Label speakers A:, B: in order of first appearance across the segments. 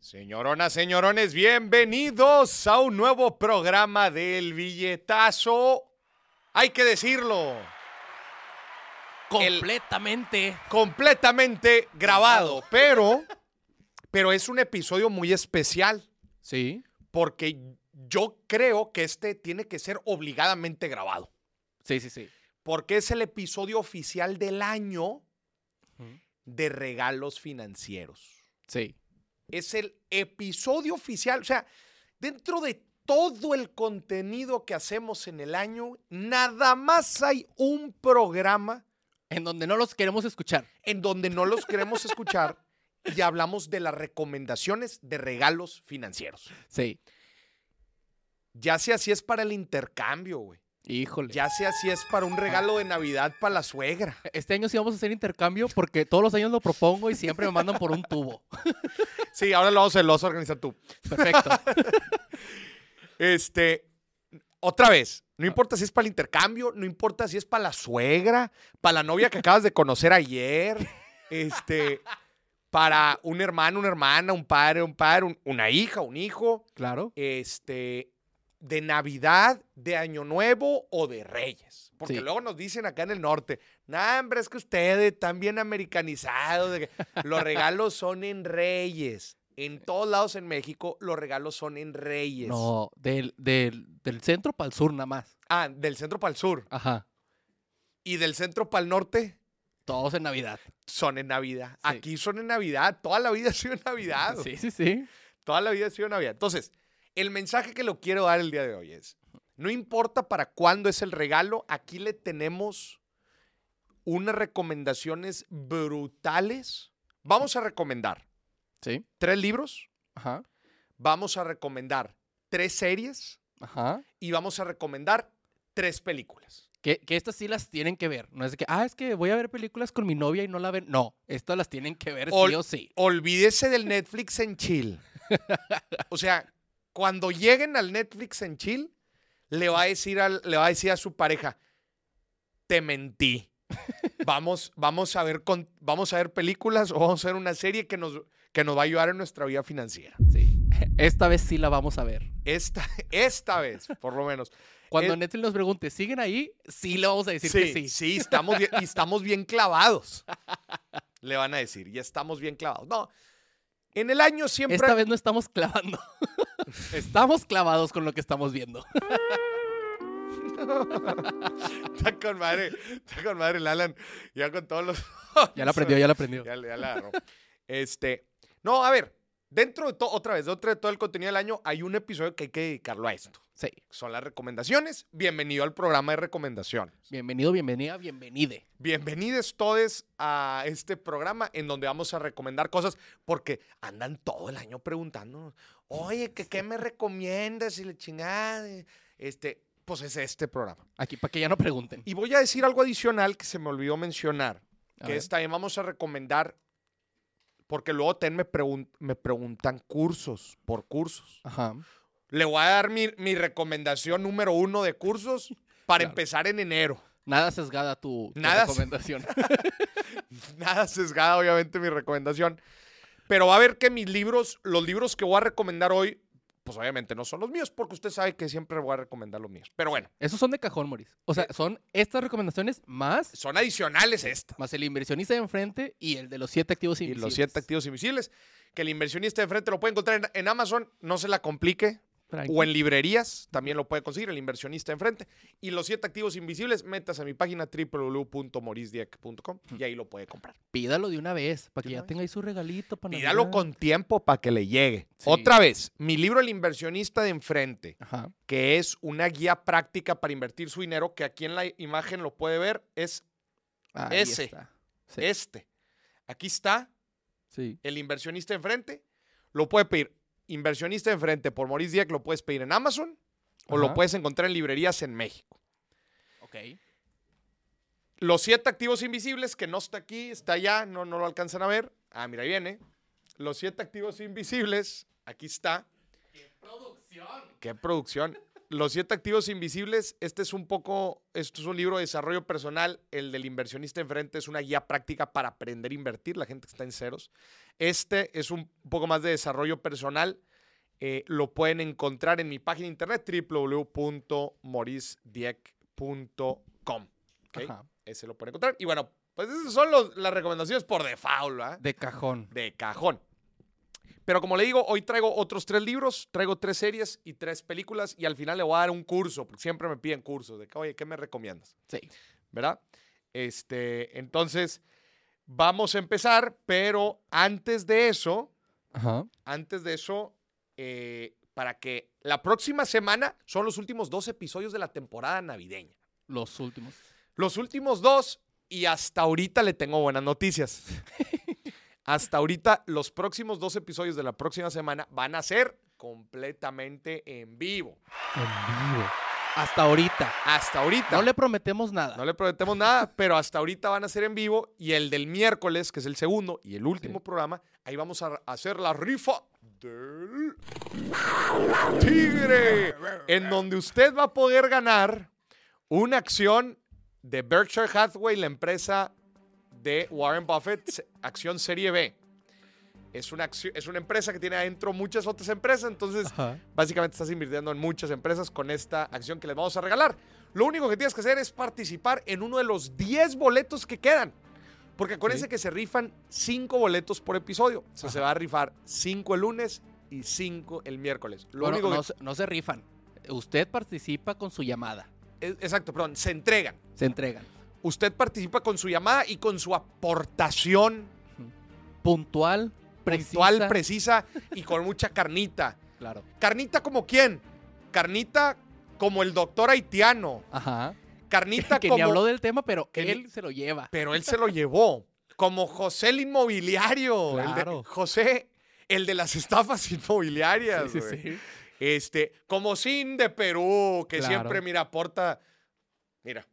A: Señoronas, señorones, bienvenidos a un nuevo programa del billetazo. Hay que decirlo, El-
B: Completamente.
A: completamente grabado, pero, pero es un episodio muy especial
B: Sí.
A: porque yo creo que este tiene que ser obligadamente grabado,
B: Sí, sí, sí.
A: porque es el episodio oficial del año de regalos financieros.
B: Sí.
A: es el episodio oficial. O sea, dentro de todo el contenido que hacemos en el año, nada más hay un programa
B: En donde no los queremos escuchar.
A: en donde no los queremos escuchar y hablamos de las recomendaciones de regalos financieros.
B: Sí.
A: Ya sea si es para el intercambio, güey.
B: Híjole.
A: Ya sea si es para un regalo de Navidad para la suegra.
B: Este año sí vamos a hacer intercambio porque todos los años lo propongo y siempre me mandan por un tubo.
A: Sí, ahora lo vamos a, lo vas a organizar tú.
B: Perfecto.
A: Este, otra vez,
B: Ah.
A: no importa si es para el intercambio, no importa si es para la suegra, para la novia que acabas de conocer ayer, este, para un hermano, una hermana, un padre, un padre, un- una hija, un hijo,
B: Claro.
A: este, de Navidad, de Año Nuevo o de Reyes. Porque
B: Sí.
A: luego nos dicen acá en el norte, nah, hombre, es que ustedes están bien americanizados, de que los regalos son en Reyes. En todos lados en México los regalos son en Reyes.
B: No, del, del, del centro para el sur nada más.
A: Ah, del centro para el sur.
B: Ajá.
A: Y del centro para el norte
B: Todos en Navidad.
A: son en Navidad.
B: Sí.
A: Aquí son en Navidad. Toda la vida ha sido en Navidad.
B: Sí, sí, sí.
A: Toda la vida ha sido en Navidad. Entonces, el mensaje que lo quiero dar el día de hoy es, no importa para cuándo es el regalo, aquí le tenemos unas recomendaciones brutales. Vamos a recomendar
B: Sí.
A: tres libros,
B: Ajá.
A: vamos a recomendar tres series
B: Ajá.
A: y vamos a recomendar tres películas.
B: Que, que estas sí las tienen que ver. No es de que, ah, es que voy a ver películas con mi novia y no la ven. No, estas las tienen que ver
A: Ol-
B: sí o sí.
A: olvídese del Netflix en chill. O sea, cuando lleguen al Netflix en chill, le va a decir, al- le va a, decir a su pareja, te mentí. Vamos, vamos, a ver con, vamos a ver películas o vamos a ver una serie que nos, que nos va a ayudar en nuestra vida financiera.
B: Sí. Esta vez sí la vamos a ver.
A: Esta, esta vez, por lo menos.
B: Cuando
A: Es-
B: Netflix nos pregunte, ¿siguen ahí? Sí le vamos a decir que sí.
A: Eh, sí, estamos bien, y estamos bien clavados. Le van a decir, ya estamos bien clavados. No, en el año siempre...
B: Esta vez no estamos clavando. estamos clavados con lo que estamos viendo.
A: Está con madre, está con madre el Alan, ya con todos los...
B: Ya la aprendió, ya la aprendió.
A: Ya, le- ya la agarró. Este, no, a ver, dentro de todo, otra vez, dentro de todo el contenido del año, hay un episodio que hay que dedicarlo a esto.
B: Sí.
A: Son las recomendaciones. Bienvenido al programa de recomendaciones.
B: Bienvenido, bienvenida, bienvenide.
A: Bienvenidos todos a este programa en donde vamos a recomendar cosas porque andan todo el año preguntándonos, oye, ¿qué, qué me recomiendas? Y le chingada. Este, pues es este programa.
B: Aquí para que ya no pregunten.
A: Y voy a decir algo adicional que se me olvidó mencionar,
B: A
A: que
B: ver.
A: es también vamos a recomendar, porque luego también me, pregun- me preguntan cursos, por cursos.
B: Ajá.
A: Le voy a dar mi, mi recomendación número uno de cursos para
B: Claro.
A: empezar en enero.
B: Nada sesgada tu, tu
A: Nada se-
B: recomendación.
A: Nada sesgada, obviamente, mi recomendación. Pero va a ver que mis libros, los libros que voy a recomendar hoy, pues obviamente no son los míos, porque usted sabe que siempre voy a recomendar los míos. Pero bueno,
B: Esos son de cajón, Moris. O sea, son estas recomendaciones más,
A: son adicionales estas.
B: más el inversionista de enfrente y el de los siete activos
A: y
B: invisibles.
A: los siete activos invisibles. Que el inversionista de frente lo puede encontrar en, en Amazon, no se la complique.
B: Tranqui.
A: O en librerías, también lo puede conseguir el inversionista de frente. Y los siete activos invisibles, metas a mi página www.morisdieck.com y ahí lo puede comprar.
B: Pídalo de una vez para que
A: De una
B: ya
A: vez.
B: tenga ahí su regalito. Para
A: Pídalo
B: Navidad.
A: con tiempo para que le llegue.
B: Sí.
A: Otra vez, mi libro El inversionista de enfrente,
B: Ajá.
A: que es una guía práctica para invertir su dinero, que aquí en la imagen lo puede ver, es
B: Ahí
A: Ese.
B: está. Sí.
A: este. Aquí está
B: Sí.
A: El inversionista enfrente lo puede pedir. Inversionista enfrente por Maurice Dieck lo puedes pedir en Amazon o lo
B: Ajá.
A: puedes encontrar en librerías en México.
B: Ok.
A: Los siete activos invisibles, que no está aquí, está allá, no, no lo alcanzan a ver. Ah, mira, ahí viene. Los siete activos invisibles, aquí está.
B: ¡Producción!
A: ¡Qué producción! Los siete activos invisibles, este es un poco, esto es un libro de desarrollo personal, el del inversionista enfrente es una guía práctica para aprender a invertir, la gente que está en ceros. Este es un poco más de desarrollo personal, eh, lo pueden encontrar en mi página de internet www.morisdieck.com. ¿ok?
B: Ajá,
A: Ese lo pueden encontrar. Y bueno, pues esas son los- las recomendaciones por default, ¿verdad?
B: de cajón.
A: de cajón. Pero como le digo, hoy traigo otros tres libros, traigo tres series y tres películas y al final le voy a dar un curso, porque siempre me piden cursos de que, oye, ¿qué me recomiendas?
B: Sí.
A: ¿Verdad? Este, entonces, vamos a empezar, pero antes de eso,
B: Ajá.
A: antes de eso, eh, para que la próxima semana son los últimos dos episodios de la temporada navideña.
B: Los últimos.
A: Los últimos dos y hasta ahorita le tengo buenas noticias. hasta ahorita los próximos dos episodios de la próxima semana van a ser completamente en vivo.
B: En vivo. Hasta ahorita.
A: Hasta ahorita.
B: No le prometemos nada.
A: No le prometemos nada, pero hasta ahorita van a ser en vivo y el del miércoles, que es el segundo y el último
B: Sí.
A: programa, ahí vamos a hacer la rifa del tigre, en donde usted va a poder ganar una acción de Berkshire Hathaway, la empresa de Warren Buffett, se- acción Serie B. Es una, acción- es una empresa que tiene adentro muchas otras empresas, entonces
B: Ajá.
A: Básicamente estás invirtiendo en muchas empresas con esta acción que les vamos a regalar. Lo único que tienes que hacer es participar en uno de los 10 boletos que quedan. Porque acuérdense
B: Ok.
A: que se rifan 5 boletos por episodio. O sea, se va a rifar 5 el lunes y 5 el miércoles. Lo
B: Bueno,
A: único
B: no,
A: que-
B: se, no se rifan. Usted participa con su llamada.
A: eh, Exacto, perdón. Se entregan.
B: Se entregan.
A: Usted participa con su llamada y con su aportación
B: Puntual, precisa.
A: puntual, precisa y con mucha carnita.
B: Claro.
A: ¿Carnita como quién? Carnita como el doctor haitiano.
B: Ajá.
A: Carnita
B: que
A: como...
B: ni habló del tema, pero
A: que ni-
B: él se lo lleva.
A: pero él se lo llevó. Como José el inmobiliario. el de-
B: Claro.
A: José, el de las estafas inmobiliarias.
B: Sí,
A: güey.
B: sí, sí.
A: Este, como Sin de Perú, que
B: Claro.
A: siempre, mira, aporta. Mira.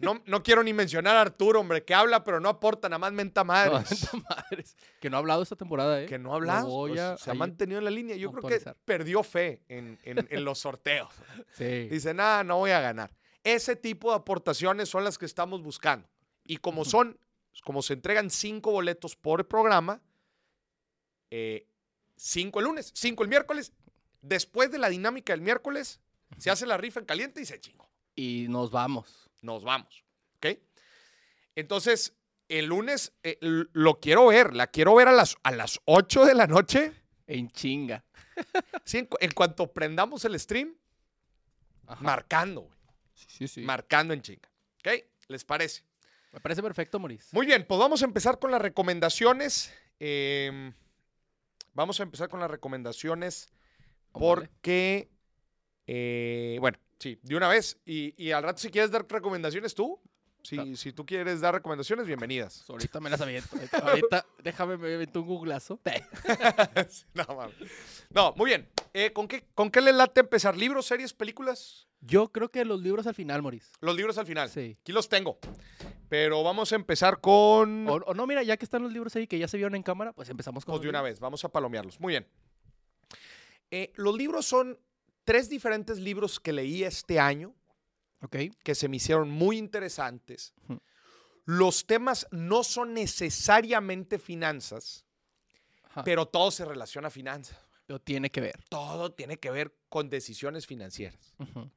A: No, no quiero ni mencionar a Arturo, hombre, que habla, pero no aporta, nada más menta
B: No,
A: madres.
B: tanta madres. Que no ha hablado esta temporada, ¿eh?
A: que no
B: Lo
A: ha hablado.
B: voy
A: pues,
B: a-
A: se ha
B: ahí-
A: mantenido en la línea. Yo creo que
B: actualizar.
A: perdió fe en, en- en los sorteos.
B: Sí.
A: Dice, nada, no voy a ganar. Ese tipo de aportaciones son las que estamos buscando. Y como son, pues, como se entregan cinco boletos por programa, eh, cinco el lunes, cinco el miércoles, después de la dinámica del miércoles, se hace la rifa en caliente y se chingó.
B: Y nos vamos.
A: Nos vamos. ¿Ok? Entonces, el lunes eh, l- lo quiero ver, la quiero ver a las, a las 8 de la noche.
B: En chinga.
A: Sí, en, cu- en cuanto prendamos el stream,
B: Ajá.
A: marcando, güey,
B: Sí, sí, sí.
A: marcando en chinga. ¿Ok? ¿Les parece?
B: Me parece perfecto, Moris.
A: Muy bien, pues vamos a empezar con las recomendaciones. Em, vamos a empezar con las recomendaciones
B: Órale.
A: porque, eh, bueno, sí, de una vez. Y, y al rato si quieres dar recomendaciones tú, si,
B: Claro.
A: si tú quieres dar recomendaciones, bienvenidas.
B: Pues, Ahorita me las aviento. Ahorita déjame, me avento un googlazo.
A: no, mames. No, muy bien. Eh, ¿con, qué, ¿Con qué le late empezar? ¿Libros, series, películas?
B: Yo creo que los libros al final, Moris.
A: Los libros al final.
B: Sí.
A: Aquí los tengo. Pero vamos a empezar con...
B: O, o no, mira, ya que están los libros ahí que ya se vieron en cámara, pues empezamos con.
A: Pues
B: los
A: de una
B: libros.
A: vez, vamos a palomearlos. Muy bien. Eh, los libros son tres diferentes libros que leí este año
B: Ok.
A: que se me hicieron muy interesantes.
B: Ujú.
A: Los temas no son necesariamente finanzas,
B: Ajá.
A: pero todo se relaciona a finanzas.
B: Pero tiene que ver.
A: Todo tiene que ver con decisiones financieras.
B: Ujú.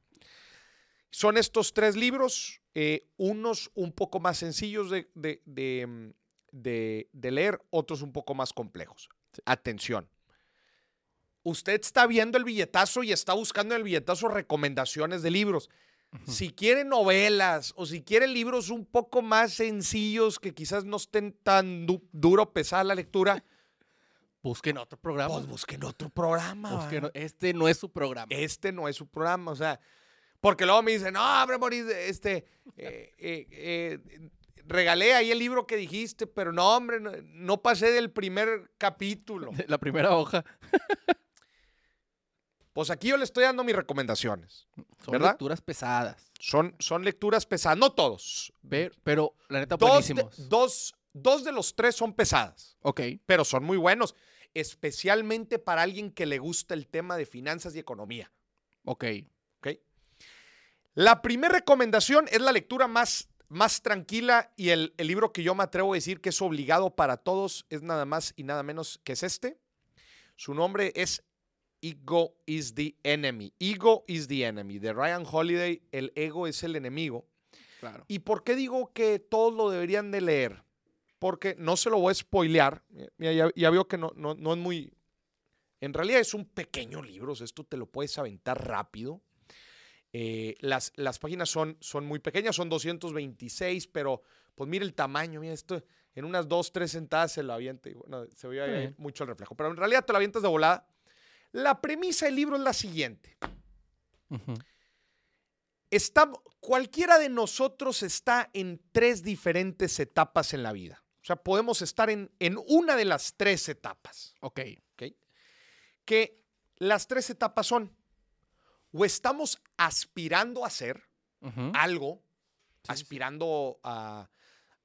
A: Son estos tres libros, eh, unos un poco más sencillos de, de- de, mm, de- de leer, otros un poco más complejos. Atención. Usted está viendo el billetazo y está buscando en el billetazo recomendaciones de libros.
B: Ujú.
A: Si quiere novelas o si quiere libros un poco más sencillos que quizás no estén tan du- duro pesada la lectura,
B: Busquen otro programa.
A: pues busquen otro programa. ¿va?
B: Busquen o- Este no es su programa.
A: este no es su programa, o sea, porque luego me dicen, no, hombre, Moris, este, eh, eh, eh, regalé ahí el libro que dijiste, pero no, hombre, no, no pasé del primer capítulo.
B: La primera hoja
A: Pues aquí yo le estoy dando mis recomendaciones.
B: son
A: ¿Verdad?
B: lecturas pesadas.
A: Son, son lecturas pesadas, no todos.
B: Pero, pero la neta,
A: Dos de,
B: buenísimos.
A: dos, dos de los tres son pesadas,
B: Ok.
A: pero son muy buenos, especialmente para alguien que le gusta el tema de finanzas y economía.
B: Ok.
A: ¿ok? La primera recomendación es la lectura más, más tranquila y el, el libro que yo me atrevo a decir que es obligado para todos es nada más y nada menos que es este. Su nombre es Ego is the Enemy. Ego is the Enemy. De Ryan Holiday, el ego es el enemigo.
B: Claro.
A: ¿Y por qué digo que todos lo deberían de leer? Porque no se lo voy a spoilear. Mira, ya, ya veo que no, no, no es muy... En realidad es un pequeño libro, o sea, esto te lo puedes aventar rápido. Eh, las, las páginas son, son muy pequeñas, son 226, pero pues mira el tamaño, mira esto, en unas dos, tres sentadas se lo avienta. y bueno, se veía
B: Está
A: ahí
B: bien.
A: mucho el reflejo, pero en realidad te lo avientas de volada. La premisa del libro es la siguiente.
B: Ujú.
A: Estam- cualquiera de nosotros está en tres diferentes etapas en la vida. O sea, podemos estar en, en una de las tres etapas.
B: Ok.
A: ¿ok? Que las tres etapas son o estamos aspirando a ser
B: Ujú.
A: algo,
B: sí.
A: aspirando a,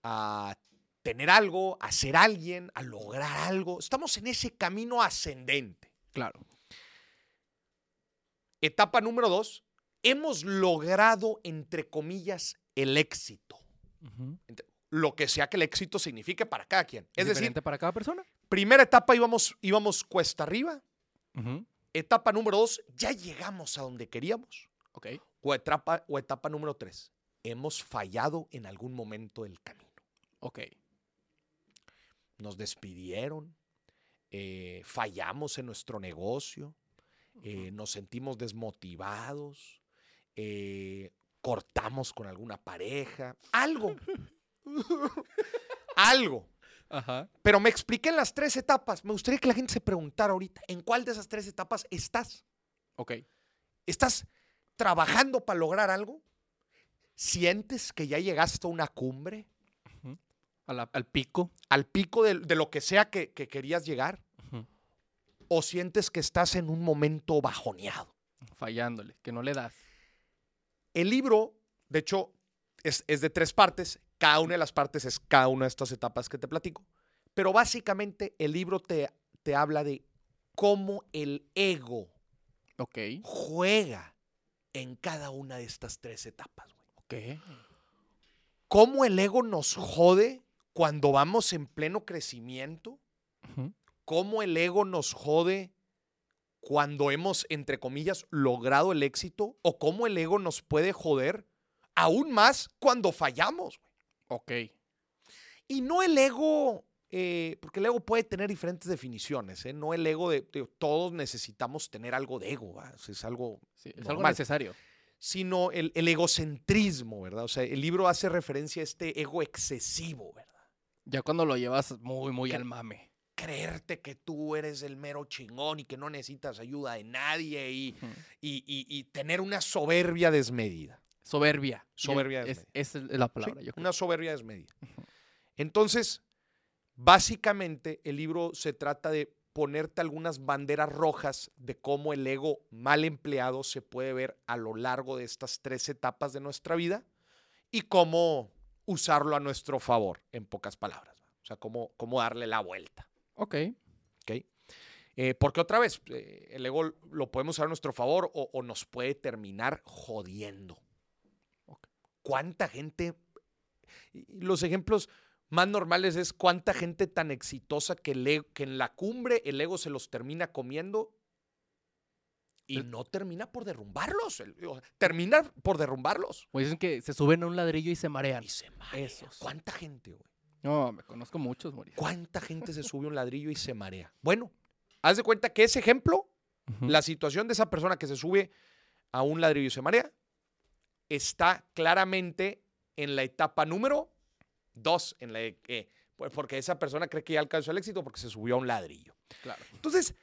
A: a tener algo, a ser alguien, a lograr algo. Estamos en ese camino ascendente.
B: Claro.
A: Etapa número dos, hemos logrado, entre comillas, el éxito.
B: Ujú.
A: lo que sea que el éxito signifique para cada quien. Es decir,
B: Diferente para cada persona.
A: primera etapa íbamos, íbamos cuesta arriba,
B: Ujú.
A: etapa número dos, ya llegamos a donde queríamos,
B: Ok.
A: o etapa, o etapa número tres, hemos fallado en algún momento del camino.
B: Ok.
A: Nos despidieron, eh, fallamos en nuestro negocio, eh, nos sentimos desmotivados, eh, cortamos con alguna pareja, algo, algo.
B: Ajá.
A: Pero me expliqué en las tres etapas. Me gustaría que la gente se preguntara ahorita, ¿en cuál de esas tres etapas estás?
B: Ok.
A: ¿Estás trabajando para lograr algo? ¿Sientes que ya llegaste a una cumbre?
B: A la- al pico.
A: ¿Al pico de, de lo que sea que, que querías llegar?
B: Ujú.
A: ¿O sientes que estás en un momento bajoneado?
B: Fallándole. Que no le das.
A: El libro, de hecho, es, es de tres partes. Cada una de las partes es cada una de estas etapas que te platico. Pero básicamente el libro te, te habla de cómo el ego
B: Ok.
A: juega en cada una de estas tres etapas. güey.
B: Ok.
A: Cómo el ego nos jode cuando vamos en pleno crecimiento,
B: Ujú.
A: cómo el ego nos jode cuando hemos, entre comillas, logrado el éxito, o cómo el ego nos puede joder aún más cuando fallamos. güey.
B: Ok.
A: Y no el ego, eh, porque el ego puede tener diferentes definiciones, ¿eh? no el ego de, de- todos necesitamos tener algo de ego, ¿va? O sea, es algo
B: Sí, es algo
A: Normal.
B: necesario.
A: sino el, el egocentrismo, ¿verdad? O sea, el libro hace referencia a este ego excesivo, ¿verdad?
B: Ya cuando lo llevas muy, muy
A: Que-
B: al mame.
A: Creerte que tú eres el mero chingón y que no necesitas ayuda de nadie y,
B: Ujú.
A: y- y- y tener una soberbia desmedida.
B: Soberbia. Y
A: Soberbia
B: Es,
A: desmedida.
B: esa es la
A: ¿sí?
B: palabra. yo creo.
A: Una soberbia desmedida. Entonces, básicamente el libro se trata de ponerte algunas banderas rojas de cómo el ego mal empleado se puede ver a lo largo de estas tres etapas de nuestra vida y cómo usarlo a nuestro favor, en pocas palabras. O sea, cómo, cómo darle la vuelta.
B: Ok.
A: ¿ok? Eh, porque otra vez, eh, el ego lo podemos usar a nuestro favor o, o nos puede terminar jodiendo.
B: Ok.
A: ¿Cuánta gente? y- y Los ejemplos más normales es cuánta gente tan exitosa que, el e- que en la cumbre el ego se los termina comiendo y
B: El-
A: no termina por derrumbarlos. el- o sea, termina por derrumbarlos.
B: O dicen que se suben a un ladrillo y se marean.
A: Y se marea.
B: Esos.
A: ¿Cuánta gente, güey?
B: No, me conozco muchos, Moris.
A: ¿Cuánta gente se sube a un ladrillo y se marea? Bueno, haz de cuenta que ese ejemplo
B: Ujú.
A: La situación de esa persona que se sube a un ladrillo y se marea está claramente en la etapa número dos, en la de que- pues, porque esa persona cree que ya alcanzó el éxito porque se subió a un ladrillo.
B: Claro.
A: Entonces,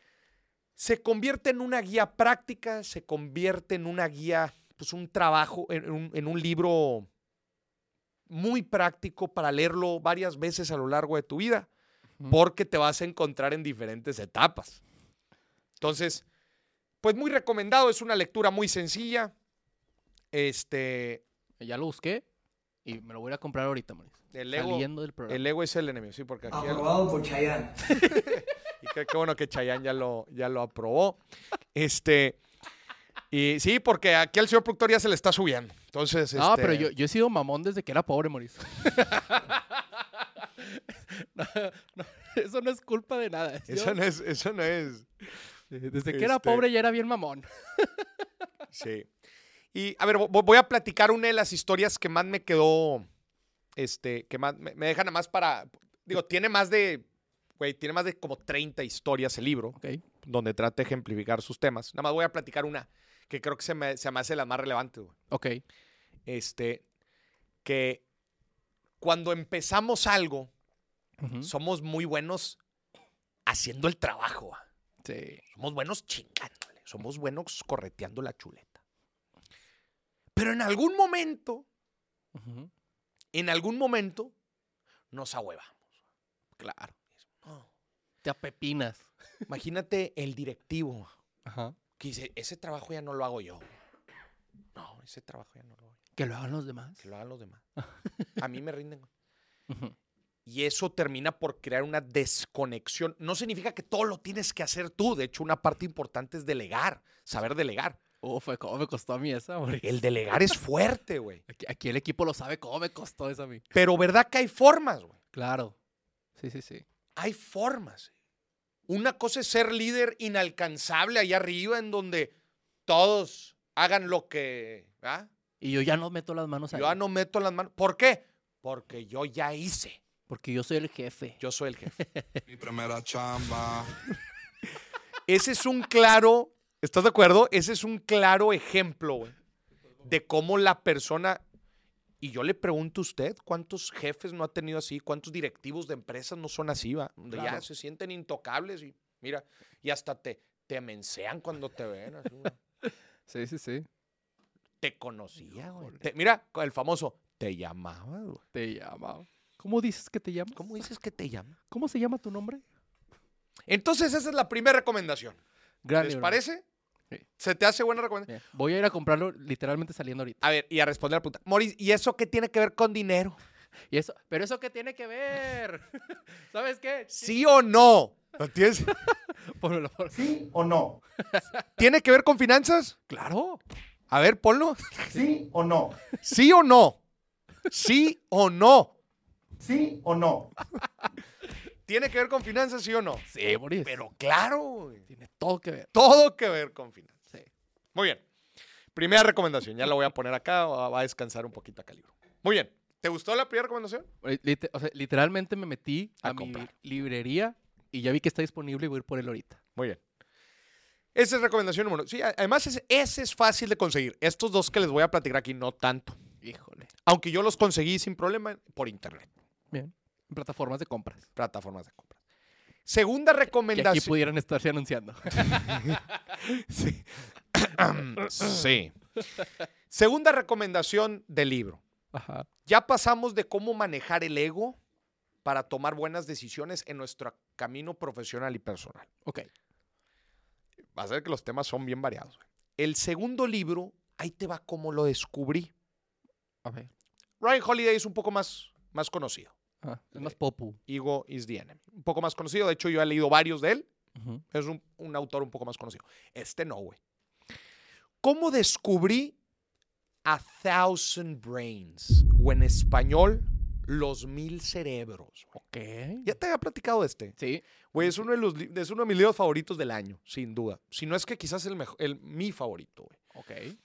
A: se convierte en una guía práctica, se convierte en una guía, pues un trabajo, en un, en un libro muy práctico para leerlo varias veces a lo largo de tu vida,
B: Ujú.
A: porque te vas a encontrar en diferentes etapas. Entonces, pues muy recomendado, es una lectura muy sencilla. Este,
B: Ya lo busqué y me lo voy a ir a comprar ahorita, Moris.
A: el ego,
B: Saliendo del programa.
A: el ego es el enemigo, sí, porque aquí el-
C: Aprobado por Chayanne.
A: Y qué, qué bueno que Chayanne ya lo, ya lo aprobó. Este, Y sí, porque aquí al señor productor ya se le está subiendo. Entonces,
B: No, pero
A: este,
B: yo, yo he sido mamón desde que era pobre, Moris. No, no, eso no es culpa de nada.
A: Eso
B: Yo-
A: no es, eso no es.
B: Eh, desde que era
A: este-
B: pobre ya era bien mamón.
A: Sí. Y a ver, vo- voy a platicar una de las historias que más me quedó, este, que más me, me deja nada más para, digo, tiene más de, güey, tiene más de como 30 historias el libro,
B: Ok,
A: donde trata de ejemplificar sus temas. Nada más voy a platicar una que creo que se me, se me hace la más relevante, güey.
B: ok.
A: Este, que cuando empezamos algo,
B: Ujú.
A: somos muy buenos haciendo el trabajo, güey.
B: Sí.
A: Somos buenos chingándole. Somos buenos correteando la chuleta. Pero en algún momento,
B: Ujú.
A: en algún momento, nos ahuevamos. ah.
B: Claro.
A: No.
B: Te apepinas.
A: Imagínate el directivo
B: Ajá.
A: que dice, ese trabajo ya no lo hago yo. No, ese trabajo ya no lo hago yo.
B: Que lo hagan los demás.
A: Que lo hagan los demás. A mí me rinden.
B: Ujú.
A: Y eso termina por crear una desconexión. No significa que todo lo tienes que hacer tú. De hecho, una parte importante es delegar, saber delegar.
B: Oh, fue como me costó a mí esa, Moris.
A: El delegar es fuerte, güey.
B: Aquí, aquí el equipo lo sabe cómo me costó esa a mí.
A: Pero verdad que hay formas, güey.
B: Claro. Sí, sí, sí.
A: hay formas. Una cosa es ser líder inalcanzable allá arriba, en donde todos hagan lo que. ¿verdad?
B: Y yo ya no meto las manos
A: Yo
B: ahí.
A: ya no meto las manos. ¿Por qué? Porque yo ya hice.
B: Porque yo soy el jefe.
A: Yo soy el jefe.
C: Mi primera chamba.
A: Ese es un claro. ¿Estás de acuerdo? Ese es un claro ejemplo, güey, de cómo la persona. Y yo le pregunto a usted, ¿cuántos jefes no ha tenido así? ¿Cuántos directivos de empresas no son así, va? Donde ya
B: Claro.
A: se sienten intocables y, mira, y hasta te, te mensean cuando te ven. así, güey.
B: Sí, sí, sí.
A: te conocía, güey.
B: Híjole.
A: Te- mira, con el famoso, te llamaba, güey.
B: Te llama. ¿Cómo dices que te llamas?
A: ¿Cómo dices que te llama?
B: ¿Cómo se llama tu nombre?
A: Entonces, esa es la primera recomendación.
B: Gran
A: ¿Les
B: libro.
A: parece?
B: Sí.
A: ¿Se te hace buena recomendación?
B: Mira, Voy a ir a comprarlo literalmente saliendo ahorita.
A: A ver, y a responder la pregunta. Moris, ¿y eso qué tiene que ver con dinero?
B: Y eso, pero eso qué tiene que ver? ¿Sabes qué?
A: ¿Sí o no? ¿Lo tienes?
B: Ponlo, ponlo.
D: ¿Sí o no?
A: ¿Tiene que ver con finanzas?
B: Claro.
A: A ver, ponlo.
D: ¿Sí o no?
A: ¿Sí o no? ¿Sí o no?
D: ¿Sí o no?
A: ¿Tiene que ver con finanzas, sí o no?
B: Sí, Boris.
A: Pero claro, güey.
B: tiene todo que ver.
A: Todo que ver con finanzas.
B: Sí.
A: Muy bien. Primera recomendación. Ya la voy a poner acá. Va va a descansar un poquito acá, libro. Muy bien. ¿Te gustó la primera recomendación?
B: Oye, lite- o sea, literalmente me metí
A: A
B: a, mi
A: comprar.
B: librería y ya vi que está disponible y voy a ir por él ahorita.
A: Muy bien. Esa es recomendación número uno. Sí, a- además, es- ese es fácil de conseguir. Estos dos que les voy a platicar aquí, no tanto.
B: Híjole.
A: Aunque yo los conseguí sin problema por internet,
B: Bien. En Plataformas de compras.
A: plataformas de compra. Segunda
B: Que aquí
A: recomendación.
B: pudieran estarse anunciando.
A: Sí. Sí. Segunda recomendación del libro.
B: Ajá.
A: Ya pasamos de cómo manejar el ego para tomar buenas decisiones en nuestro camino profesional y personal.
B: Ok.
A: Va a ser que los temas son bien variados. güey. El segundo libro, ahí te va cómo lo descubrí.
B: A ver.
A: Ryan Holiday es un poco más, más conocido.
B: Ah, es más popu.
A: Ego is the enemy. Un poco más conocido. De hecho, yo he leído varios de él.
B: Ujú.
A: Es un, un autor un poco más conocido. Este no, güey. ¿Cómo descubrí A Thousand Brains? O en español, Los Mil Cerebros. güey?
B: Ok.
A: Ya te había platicado de este.
B: Sí.
A: Güey, es uno, de los, li- es uno de mis libros favoritos del año, sin duda. Si no es que quizás el, mejo- el mi favorito, güey.
B: Ok.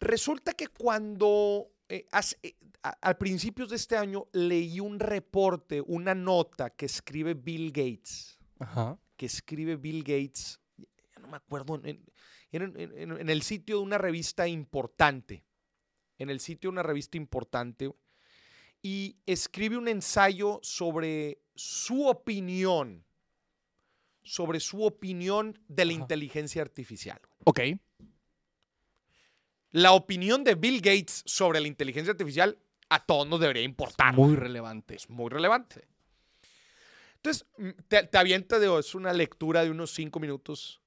A: Resulta que cuando eh, hace- eh, a, a principios de este año leí un reporte, una nota que escribe Bill Gates,
B: Ajá.
A: que escribe Bill Gates, ya no me acuerdo, en, en- era en- en- en- en el sitio de una revista importante, en el sitio de una revista importante, y escribe un ensayo sobre su opinión, sobre su opinión de la
B: Ajá.
A: inteligencia artificial.
B: Ok.
A: la opinión de Bill Gates sobre la inteligencia artificial a todos nos debería importar.
B: Muy relevante.
A: Es muy relevante. Entonces, mm, te, te avienta de es una lectura de unos cinco minutos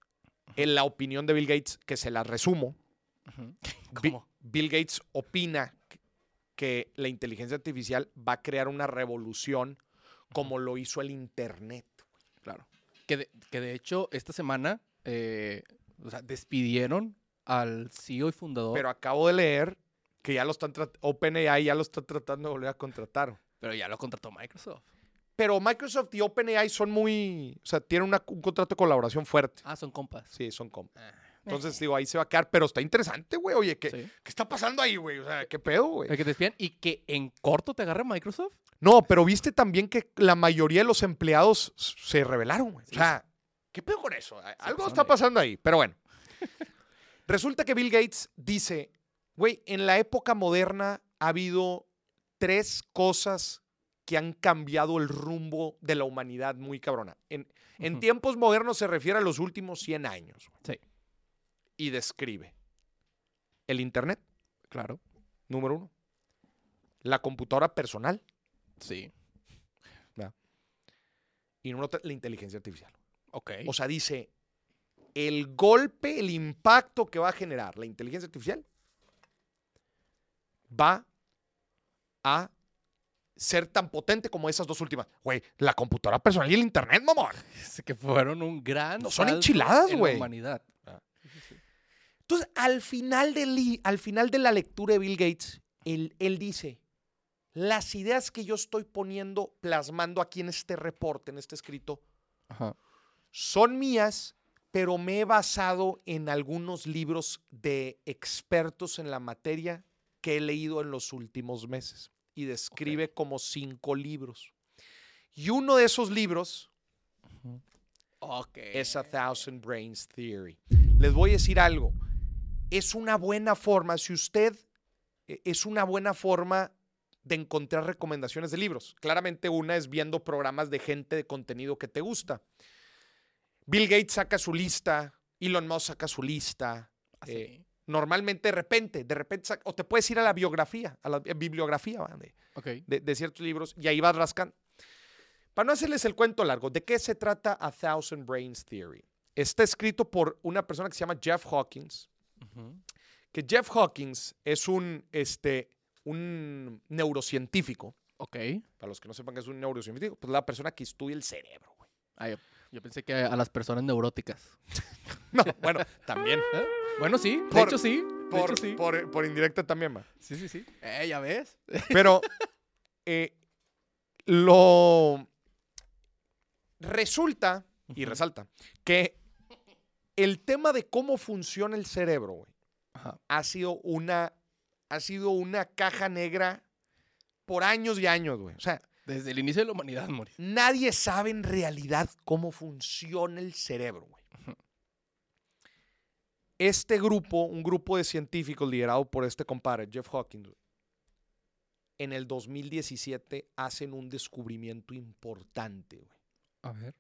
A: en la opinión de Bill Gates, que se la resumo.
B: Ujú.
A: Bi-
B: ¿Cómo?
A: Bill Gates opina que- que la inteligencia artificial va a crear una revolución como lo hizo el Internet.
B: Claro. Que de, que de hecho, esta semana, eh, o sea, despidieron al CEO y fundador.
A: Pero acabo de leer que ya lo están trat- OpenAI ya lo está tratando de volver a contratar.
B: Pero ya lo contrató Microsoft.
A: Pero Microsoft y OpenAI son muy, o sea, tienen una- un contrato de colaboración fuerte.
B: Ah, son compas.
A: Sí, son compas.
B: Ah,
A: Entonces, digo, ahí se va a quedar, pero está interesante, güey. Oye, ¿qué,
B: sí.
A: ¿qué está pasando ahí, güey? O sea, ¿qué pedo, güey?
B: El que te espían y que en corto te agarre Microsoft.
A: No, pero viste también que la mayoría de los empleados s- se rebelaron, güey.
B: Sí. pues,
A: O sea, ¿qué pedo con eso? A- Algo
B: pasaron
A: está
B: de-
A: pasando ahí, pero bueno. Resulta que Bill Gates dice, güey, en la época moderna ha habido tres cosas que han cambiado el rumbo de la humanidad muy cabrona. En, en
B: Ujú.
A: tiempos modernos se refiere a los últimos 100 años. güey.
B: Sí.
A: Y describe el Internet,
B: Claro.
A: número uno. La computadora personal.
B: Sí.
A: y número tres, la inteligencia artificial.
B: Ok.
A: O sea, dice, el golpe, el impacto que va a generar la inteligencia artificial va a ser tan potente como esas dos últimas. Güey, la computadora personal y el internet, mamón.
B: que fueron un gran.
A: No son
B: salto
A: enchiladas,
B: en la
A: güey.
B: humanidad.
A: Entonces, al final, del li- al final de la lectura de Bill Gates, él, él dice, las ideas que yo estoy poniendo, plasmando aquí en este reporte, en este escrito,
B: Ajá.
A: son mías, pero me he basado en algunos libros de expertos en la materia que he leído en los últimos meses. Y describe como cinco libros. Y uno de esos libros
B: Ok.
A: es A Thousand Brains Theory. Les voy a decir algo. Es una buena forma, si usted, eh, es una buena forma de encontrar recomendaciones de libros. Claramente una es viendo programas de gente de contenido que te gusta. Bill Gates saca su lista, Elon Musk saca su lista.
B: Ah,
A: eh,
B: sí.
A: normalmente de repente, de repente, saca- o te puedes ir a la biografía, a la bi- bibliografía, ¿va? de,
B: ok.
A: de, de ciertos libros y ahí vas rascando. Para no hacerles el cuento largo, ¿de qué se trata A Thousand Brains Theory? Está escrito por una persona que se llama Jeff Hawkins,
B: Ujú.
A: que Jeff Hawkins es un, este, un neurocientífico.
B: Ok.
A: Para los que no sepan que es un neurocientífico, pues la persona que estudia el cerebro. güey.
B: Ah, yo, yo pensé que a las personas neuróticas.
A: No, bueno, también.
B: ¿Eh? Bueno, sí. De
A: Por-
B: hecho, sí. de
A: Por,
B: hecho, sí.
A: por- por indirecta también, va.
B: Sí, sí, sí. Eh, ya ves.
A: Pero eh, lo resulta y
B: Ujú.
A: resalta que el tema de cómo funciona el cerebro güey,
B: Ajá.
A: ha sido una ha sido una caja negra por años y años, güey. O sea,
B: Desde el inicio de la humanidad, Moris.
A: nadie sabe en realidad cómo funciona el cerebro, güey. Este grupo, un grupo de científicos liderado por este compadre, Jeff Hawkins, güey, en el 2017 hacen un descubrimiento importante, güey.
B: A ver.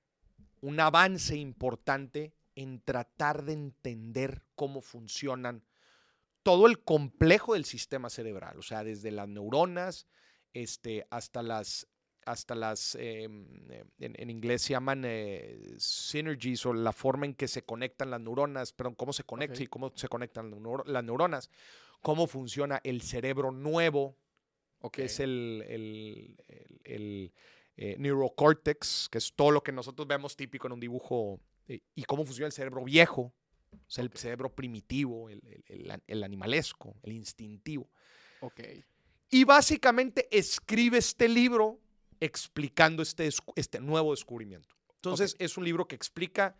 A: Un avance importante en tratar de entender cómo funcionan todo el complejo del sistema cerebral, o sea, desde las neuronas este, hasta las, hasta las eh, en, en inglés se llaman eh, synergies o la forma en que se conectan las neuronas, perdón, cómo se conecta
B: Ok.
A: y cómo se conectan las neuro- las neuronas, cómo funciona el cerebro nuevo,
B: Ok.
A: que es el, el- el- el, eh, neurocórtex, que es todo lo que nosotros vemos típico en un dibujo, eh, y cómo funciona el cerebro viejo, o sea, el cerebro primitivo, el, el- el an- el animalesco, el instintivo.
B: Ok.
A: Y básicamente escribe este libro explicando este, descu- este nuevo descubrimiento. Entonces, es un libro que explica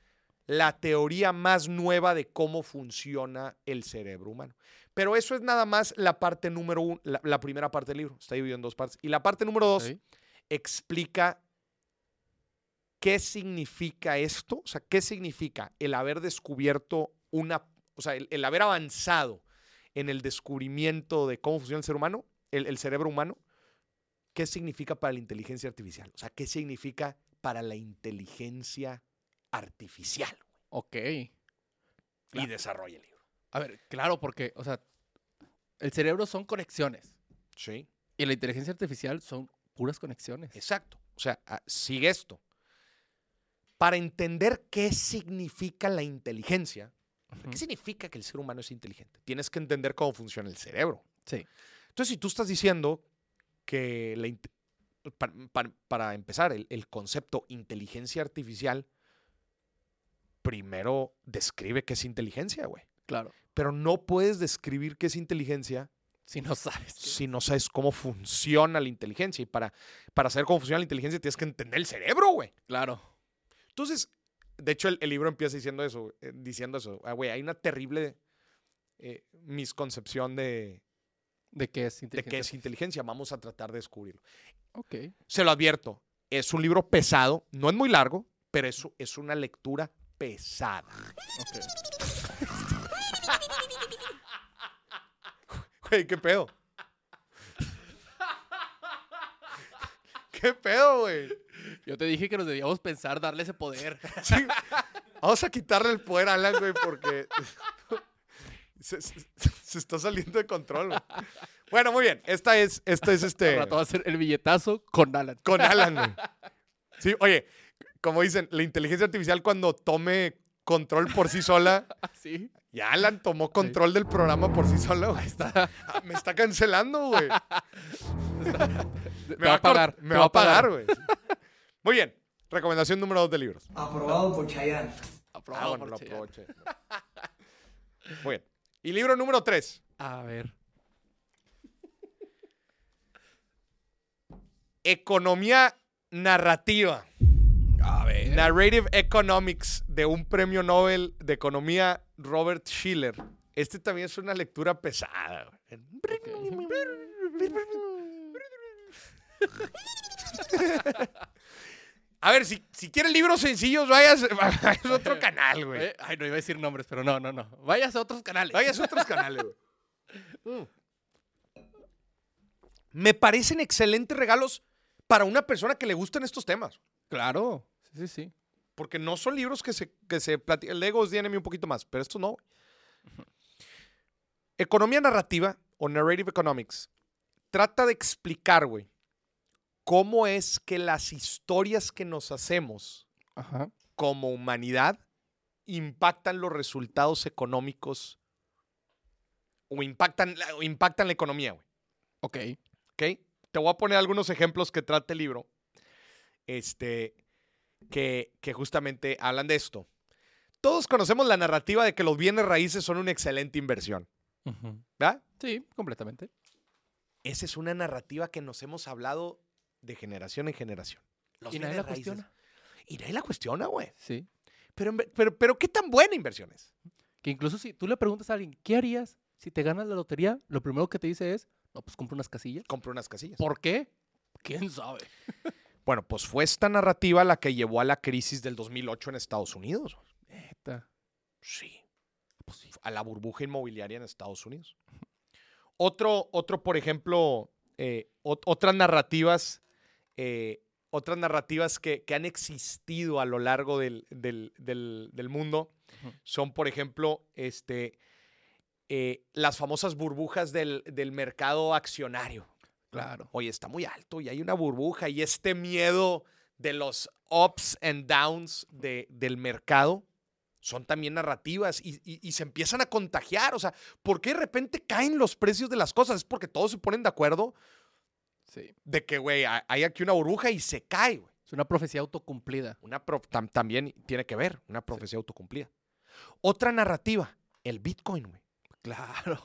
A: la teoría más nueva de cómo funciona el cerebro humano. Pero eso es nada más la parte número uno, la, la primera parte del libro. Está dividido en dos partes. Y la parte número dos
B: Ok.
A: explica qué significa esto, o sea, qué significa el haber descubierto una, o sea, el, el haber avanzado en el descubrimiento de cómo funciona el ser humano, el, el cerebro humano, qué significa para la inteligencia artificial, o sea, qué significa para la inteligencia artificial.
B: Ok.
A: Y desarrolla el libro.
B: A ver, claro, porque, o sea, el cerebro son conexiones
A: Sí.
B: y la inteligencia artificial son puras conexiones.
A: Exacto. O sea, a- sigue esto. Para entender qué significa la inteligencia, ¿Qué
B: Ujú.
A: significa que el ser humano es inteligente? Tienes que entender cómo funciona el cerebro.
B: Sí.
A: Entonces, si tú estás diciendo que la inte- pa- pa- para, empezar, el, el concepto inteligencia artificial, primero describe qué es inteligencia, güey.
B: Claro.
A: Pero no puedes describir qué es inteligencia
B: Si no sabes. qué-
A: si no sabes cómo funciona la inteligencia. Y para, para saber cómo funciona la inteligencia tienes que entender el cerebro, güey.
B: Claro.
A: Entonces, de hecho, el, el libro empieza diciendo eso, güey, eh, diciendo eso. Ah, güey, hay una terrible eh, misconcepción de,
B: ¿De qué es
A: de qué es
B: inteligencia?
A: inteligencia. Vamos a tratar de descubrirlo.
B: Ok.
A: Se lo advierto, es un libro pesado, no es muy largo, pero es, u- es una lectura pesada.
B: Ok.
A: Güey, ¿qué pedo? ¿Qué pedo, güey?
B: Yo te dije que nos debíamos pensar darle ese poder.
A: Sí, Vamos a quitarle el poder a Alan, güey, porque se, se- se está saliendo de control. güey. Bueno, muy bien. Esta es, esta es
B: Al
A: este.
B: rato va a ser el billetazo con Alan.
A: Con Alan, güey. Sí, oye, como dicen, la inteligencia artificial cuando tome control por sí sola.
B: Ah, ¿Sí?
A: Ya Alan tomó control del programa por sí sola, güey.
B: Está-
A: Ah, Me está cancelando, güey.
B: te
A: Me va a
B: cort-
A: pagar. Me va a pagar, güey. Muy bien. Recomendación número dos de libros.
E: Aprobado por Chayanne.
A: Ah,
B: Aprobado
A: bueno,
B: por
A: lo
B: Chayanne.
A: aproveché. Muy bien. Y libro número tres.
B: A ver.
A: Economía narrativa.
B: A ver.
A: Narrative Economics de un premio Nobel de Economía, Robert Schiller. Este también es una lectura pesada. güey. A ver, si, si quieren libros sencillos, vayas, vayas a otro canal, güey.
B: Eh, Ay, no iba a decir nombres, pero no, no, no. Vayas a otros canales.
A: Vayas a otros canales, güey. Me parecen excelentes regalos para una persona que le gustan estos temas.
B: Claro. Sí, sí, sí.
A: Porque no son libros que se, que se platican. El de Ego es DNM un poquito más, pero esto no. Economía narrativa o narrative economics trata de explicar, güey, cómo es que las historias que nos hacemos
B: Ajá.
A: como humanidad impactan los resultados económicos o impactan, la- o impactan la economía, güey.
B: Ok.
A: ¿ok? Te voy a poner algunos ejemplos que trata el libro, este, que, que justamente hablan de esto. Todos conocemos la narrativa de que los bienes raíces son una excelente inversión, ¿verdad?
B: Sí, completamente.
A: Esa es una narrativa que nos hemos hablado de generación en generación. Los
B: Y nadie
A: bienes
B: la
A: raíces.
B: cuestiona.
A: Y nadie la cuestiona, güey.
B: Sí.
A: Pero, en ve- pero, pero, ¿qué tan buena inversión es?
B: Que incluso si tú le preguntas a alguien, ¿qué harías si te ganas la lotería? Lo primero que te dice es, no, pues compra unas casillas.
A: Compré unas casillas.
B: ¿Por qué? ¿Quién sabe?
A: Bueno, pues fue esta narrativa la que llevó a la crisis del 2008 en Estados Unidos.
B: Neta.
A: Sí.
B: Pues
A: A la burbuja inmobiliaria en Estados Unidos. Otro, otro por ejemplo, eh, ot- otras narrativas, eh, otras narrativas que, que han existido a lo largo del, del- del- del mundo
B: Ujú.
A: son, por ejemplo, este, eh, las famosas burbujas del, del mercado accionario.
B: Claro.
A: Oye, está muy alto y hay una burbuja y este miedo de los ups and downs de- del mercado son también narrativas y, y- y se empiezan a contagiar. O sea, ¿por qué de repente caen los precios de las cosas? Es porque todos se ponen de acuerdo
B: Sí.
A: de que, güey, ha- hay aquí una burbuja y se cae, güey.
B: Es una profecía autocumplida.
A: Una pro- tam- también tiene que ver, una profecía autocumplida. Otra narrativa, el Bitcoin, güey.
B: Claro.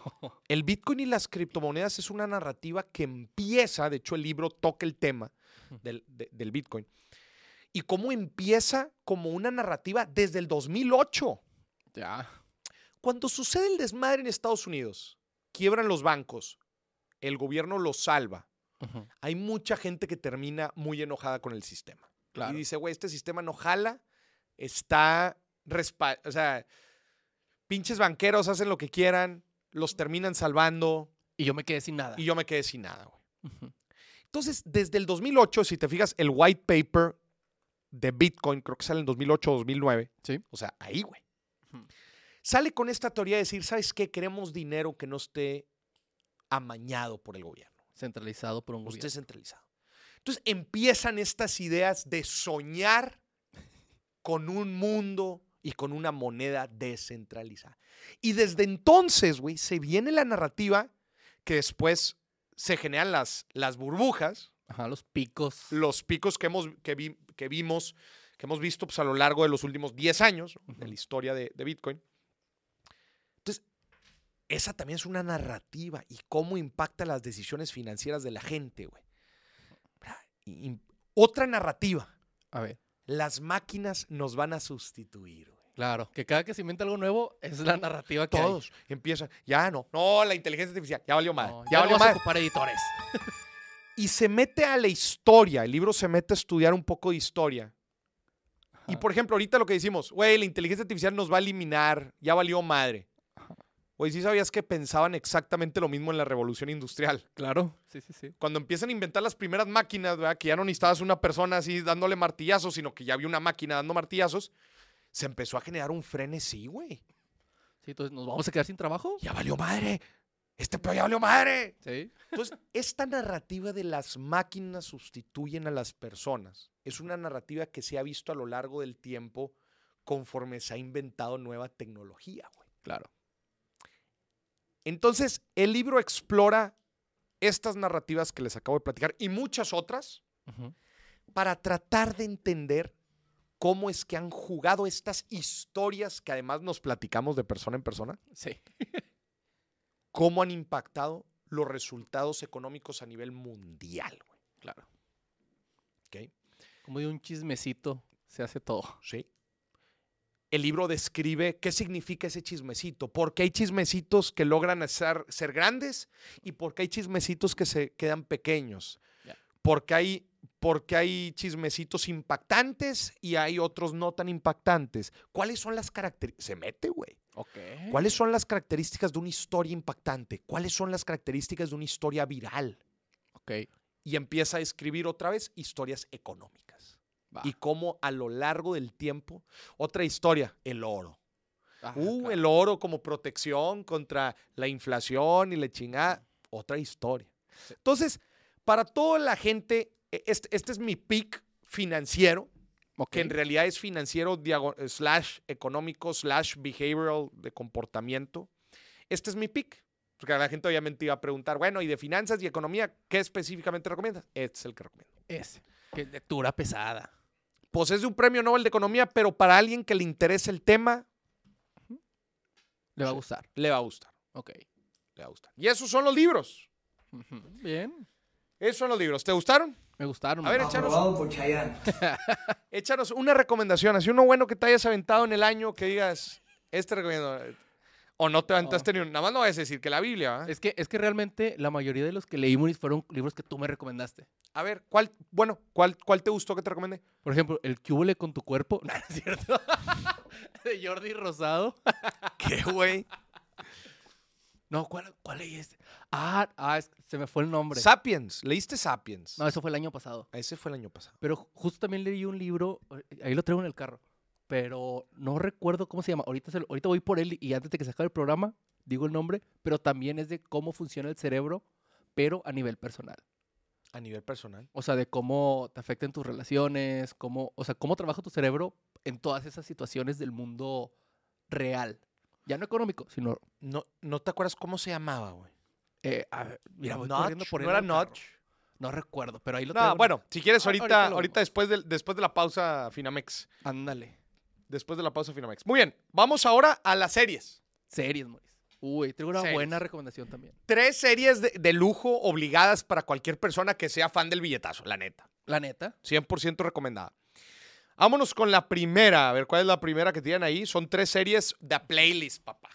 A: El Bitcoin y las criptomonedas es una narrativa que empieza, de hecho el libro toca el tema
B: Ujú.
A: del, de- del Bitcoin, y cómo empieza como una narrativa desde el 2008.
B: Ya.
A: Cuando sucede el desmadre en Estados Unidos, quiebran los bancos, el gobierno los salva, hay mucha gente que termina muy enojada con el sistema.
B: Claro.
A: Y dice, güey, este sistema no jala, está, respa- o sea, pinches banqueros hacen lo que quieran, los terminan salvando
B: Y yo me quedé sin nada.
A: y yo me quedé sin nada, güey.
B: Ujú.
A: Entonces, desde el 2008, si te fijas, el white paper de Bitcoin, creo que sale en 2008 o 2009.
B: Sí.
A: O sea, ahí, güey.
B: Ujú.
A: Sale con esta teoría de decir, ¿sabes qué? Queremos dinero que no esté amañado por el gobierno,
B: Centralizado por un
A: no
B: gobierno.
A: esté centralizado. Entonces, empiezan estas ideas de soñar con un mundo y con una moneda descentralizada. Y desde entonces, güey, se viene la narrativa que después se generan las, las burbujas,
B: Ajá, los picos.
A: los picos que, hemos, que, vi- que vimos, que hemos visto pues, a lo largo de los últimos 10 años ¿no? de la
B: Ujú.
A: historia de, de Bitcoin. Entonces, Esa también es una narrativa y cómo impacta las decisiones financieras de la gente, güey. Ah, Y- y- otra narrativa.
B: A ver.
A: Las máquinas nos van a sustituir, güey.
B: Claro, que cada que se inventa algo nuevo es la narrativa que hay.
A: Todos empiezan, ya no, no, la inteligencia artificial, ya valió madre,
B: No,
A: ya, valió
B: no vas Ah, a
A: madre.
B: ocupar editores.
A: Y se mete a la historia, el libro se mete a estudiar un poco de historia. Y
B: Ajá.
A: por ejemplo, ahorita lo que decimos, güey, la inteligencia artificial nos va a eliminar, ya valió madre. Güey, sí sabías que pensaban exactamente lo mismo en la revolución industrial.
B: Claro. Sí, sí, sí.
A: Cuando empiezan a inventar las primeras máquinas, ¿verdad? que ya no necesitabas una persona así dándole martillazos, sino que ya había una máquina dando martillazos, se empezó a generar un frenesí, güey.
B: Sí, entonces nos vamos a quedar sin trabajo.
A: Ya valió madre. Este pedo ya valió madre.
B: Sí.
A: Entonces, esta narrativa de las máquinas sustituyen a las personas es una narrativa que se ha visto a lo largo del tiempo conforme se ha inventado nueva tecnología, güey.
B: Claro.
A: Entonces, el libro explora estas narrativas que les acabo de platicar y muchas otras
B: Ujú.
A: para tratar de entender cómo es que han jugado estas historias que además nos platicamos de persona en persona,
B: Sí.
A: cómo han impactado los resultados económicos a nivel mundial, güey.
B: Claro.
A: ¿ok?
B: Como de un chismecito se hace todo.
A: Sí. El libro describe qué significa ese chismecito, porque hay chismecitos que logran hacer- ser grandes y porque hay chismecitos que se quedan pequeños,
B: Ya.
A: porque hay, porque hay chismecitos impactantes y hay otros no tan impactantes. ¿Cuáles son las características? Se mete, güey.
B: Ok.
A: ¿Cuáles son las características de una historia impactante? ¿Cuáles son las características de una historia viral?
B: Ok.
A: Y empieza a escribir otra vez historias económicas
B: Va.
A: y cómo a lo largo del tiempo, otra historia, el oro.
B: Ah,
A: uh,
B: claro.
A: el oro como protección contra la inflación y la chingada, otra historia. Entonces, para toda la gente, e- este, este es mi pick financiero,
B: Ok.
A: que en realidad es financiero diago- slash económico slash behavioral de comportamiento. Este es mi pick. Porque la gente obviamente iba a preguntar, bueno, y de finanzas y economía, ¿qué específicamente recomiendas? Este es el que recomiendo.
B: Ese. Que es lectura pesada.
A: pues es de un premio Nobel de Economía, pero para alguien que le interese el tema,
B: Le va a
A: Sí.
B: gustar.
A: le va a gustar.
B: Ok.
A: Le va a gustar. Y esos son los libros.
B: Ujú. Bien.
A: Esos son los libros. ¿Te gustaron?
B: Me gustaron. Ah,
A: A
B: me
A: ver,
B: gustaron.
A: échanos,
E: Aprobado por Chayanne.
A: échanos una recomendación, así uno bueno que te hayas aventado en el año que digas, este recomiendo. eh, O no te aventaste ni un. Nada más no vayas a decir que la Biblia. ¿va?
B: Es que, es que realmente la mayoría de los que leímos fueron libros que tú me recomendaste.
A: A ver, ¿cuál, bueno, cuál, cuál te gustó que te recomendé?
B: Por ejemplo, el que hubole con tu cuerpo. No, no es cierto. de Jordi Rosado.
A: ¿Qué, güey?
B: No, ¿cuál, cuál leí este? Ah, ah, es- se me fue el nombre.
A: Sapiens. ¿Leíste Sapiens?
B: No, eso fue el año pasado.
A: Ese fue el año pasado.
B: Pero ju- justo también leí un libro, eh, ahí lo traigo en el carro, pero no recuerdo cómo se llama. Ahorita, se lo- ahorita voy por él y antes de que se acabe el programa, digo el nombre, pero también es de cómo funciona el cerebro, pero a nivel personal.
A: A nivel personal.
B: O sea, de cómo te afectan tus relaciones, cómo, o sea, cómo trabaja tu cerebro en todas esas situaciones del mundo real. Ya no económico, sino...
A: No, ¿No te acuerdas cómo se llamaba, güey?
B: eh, a ver, mira, voy
A: Notch,
B: corriendo por
A: ¿no
B: él
A: era
B: en el carro.
A: Notch?
B: No recuerdo, pero ahí
A: No,
B: lo traigo en el-
A: bueno, si quieres
B: Ah,
A: ahorita,
B: ahorita
A: ahorita,
B: lo vemos.
A: después, del- después de la pausa Finamex.
B: Ándale.
A: Después de la pausa Finamex. Muy bien, vamos ahora a las series.
B: Series, Moris. Uy, tengo una
A: Series.
B: buena recomendación también.
A: Tres series de, de lujo obligadas para cualquier persona que sea fan del billetazo, la neta.
B: La neta.
A: 100% recomendada. Vámonos con la primera. A ver, ¿cuál es la primera que tienen ahí? Son tres series de playlist, papá.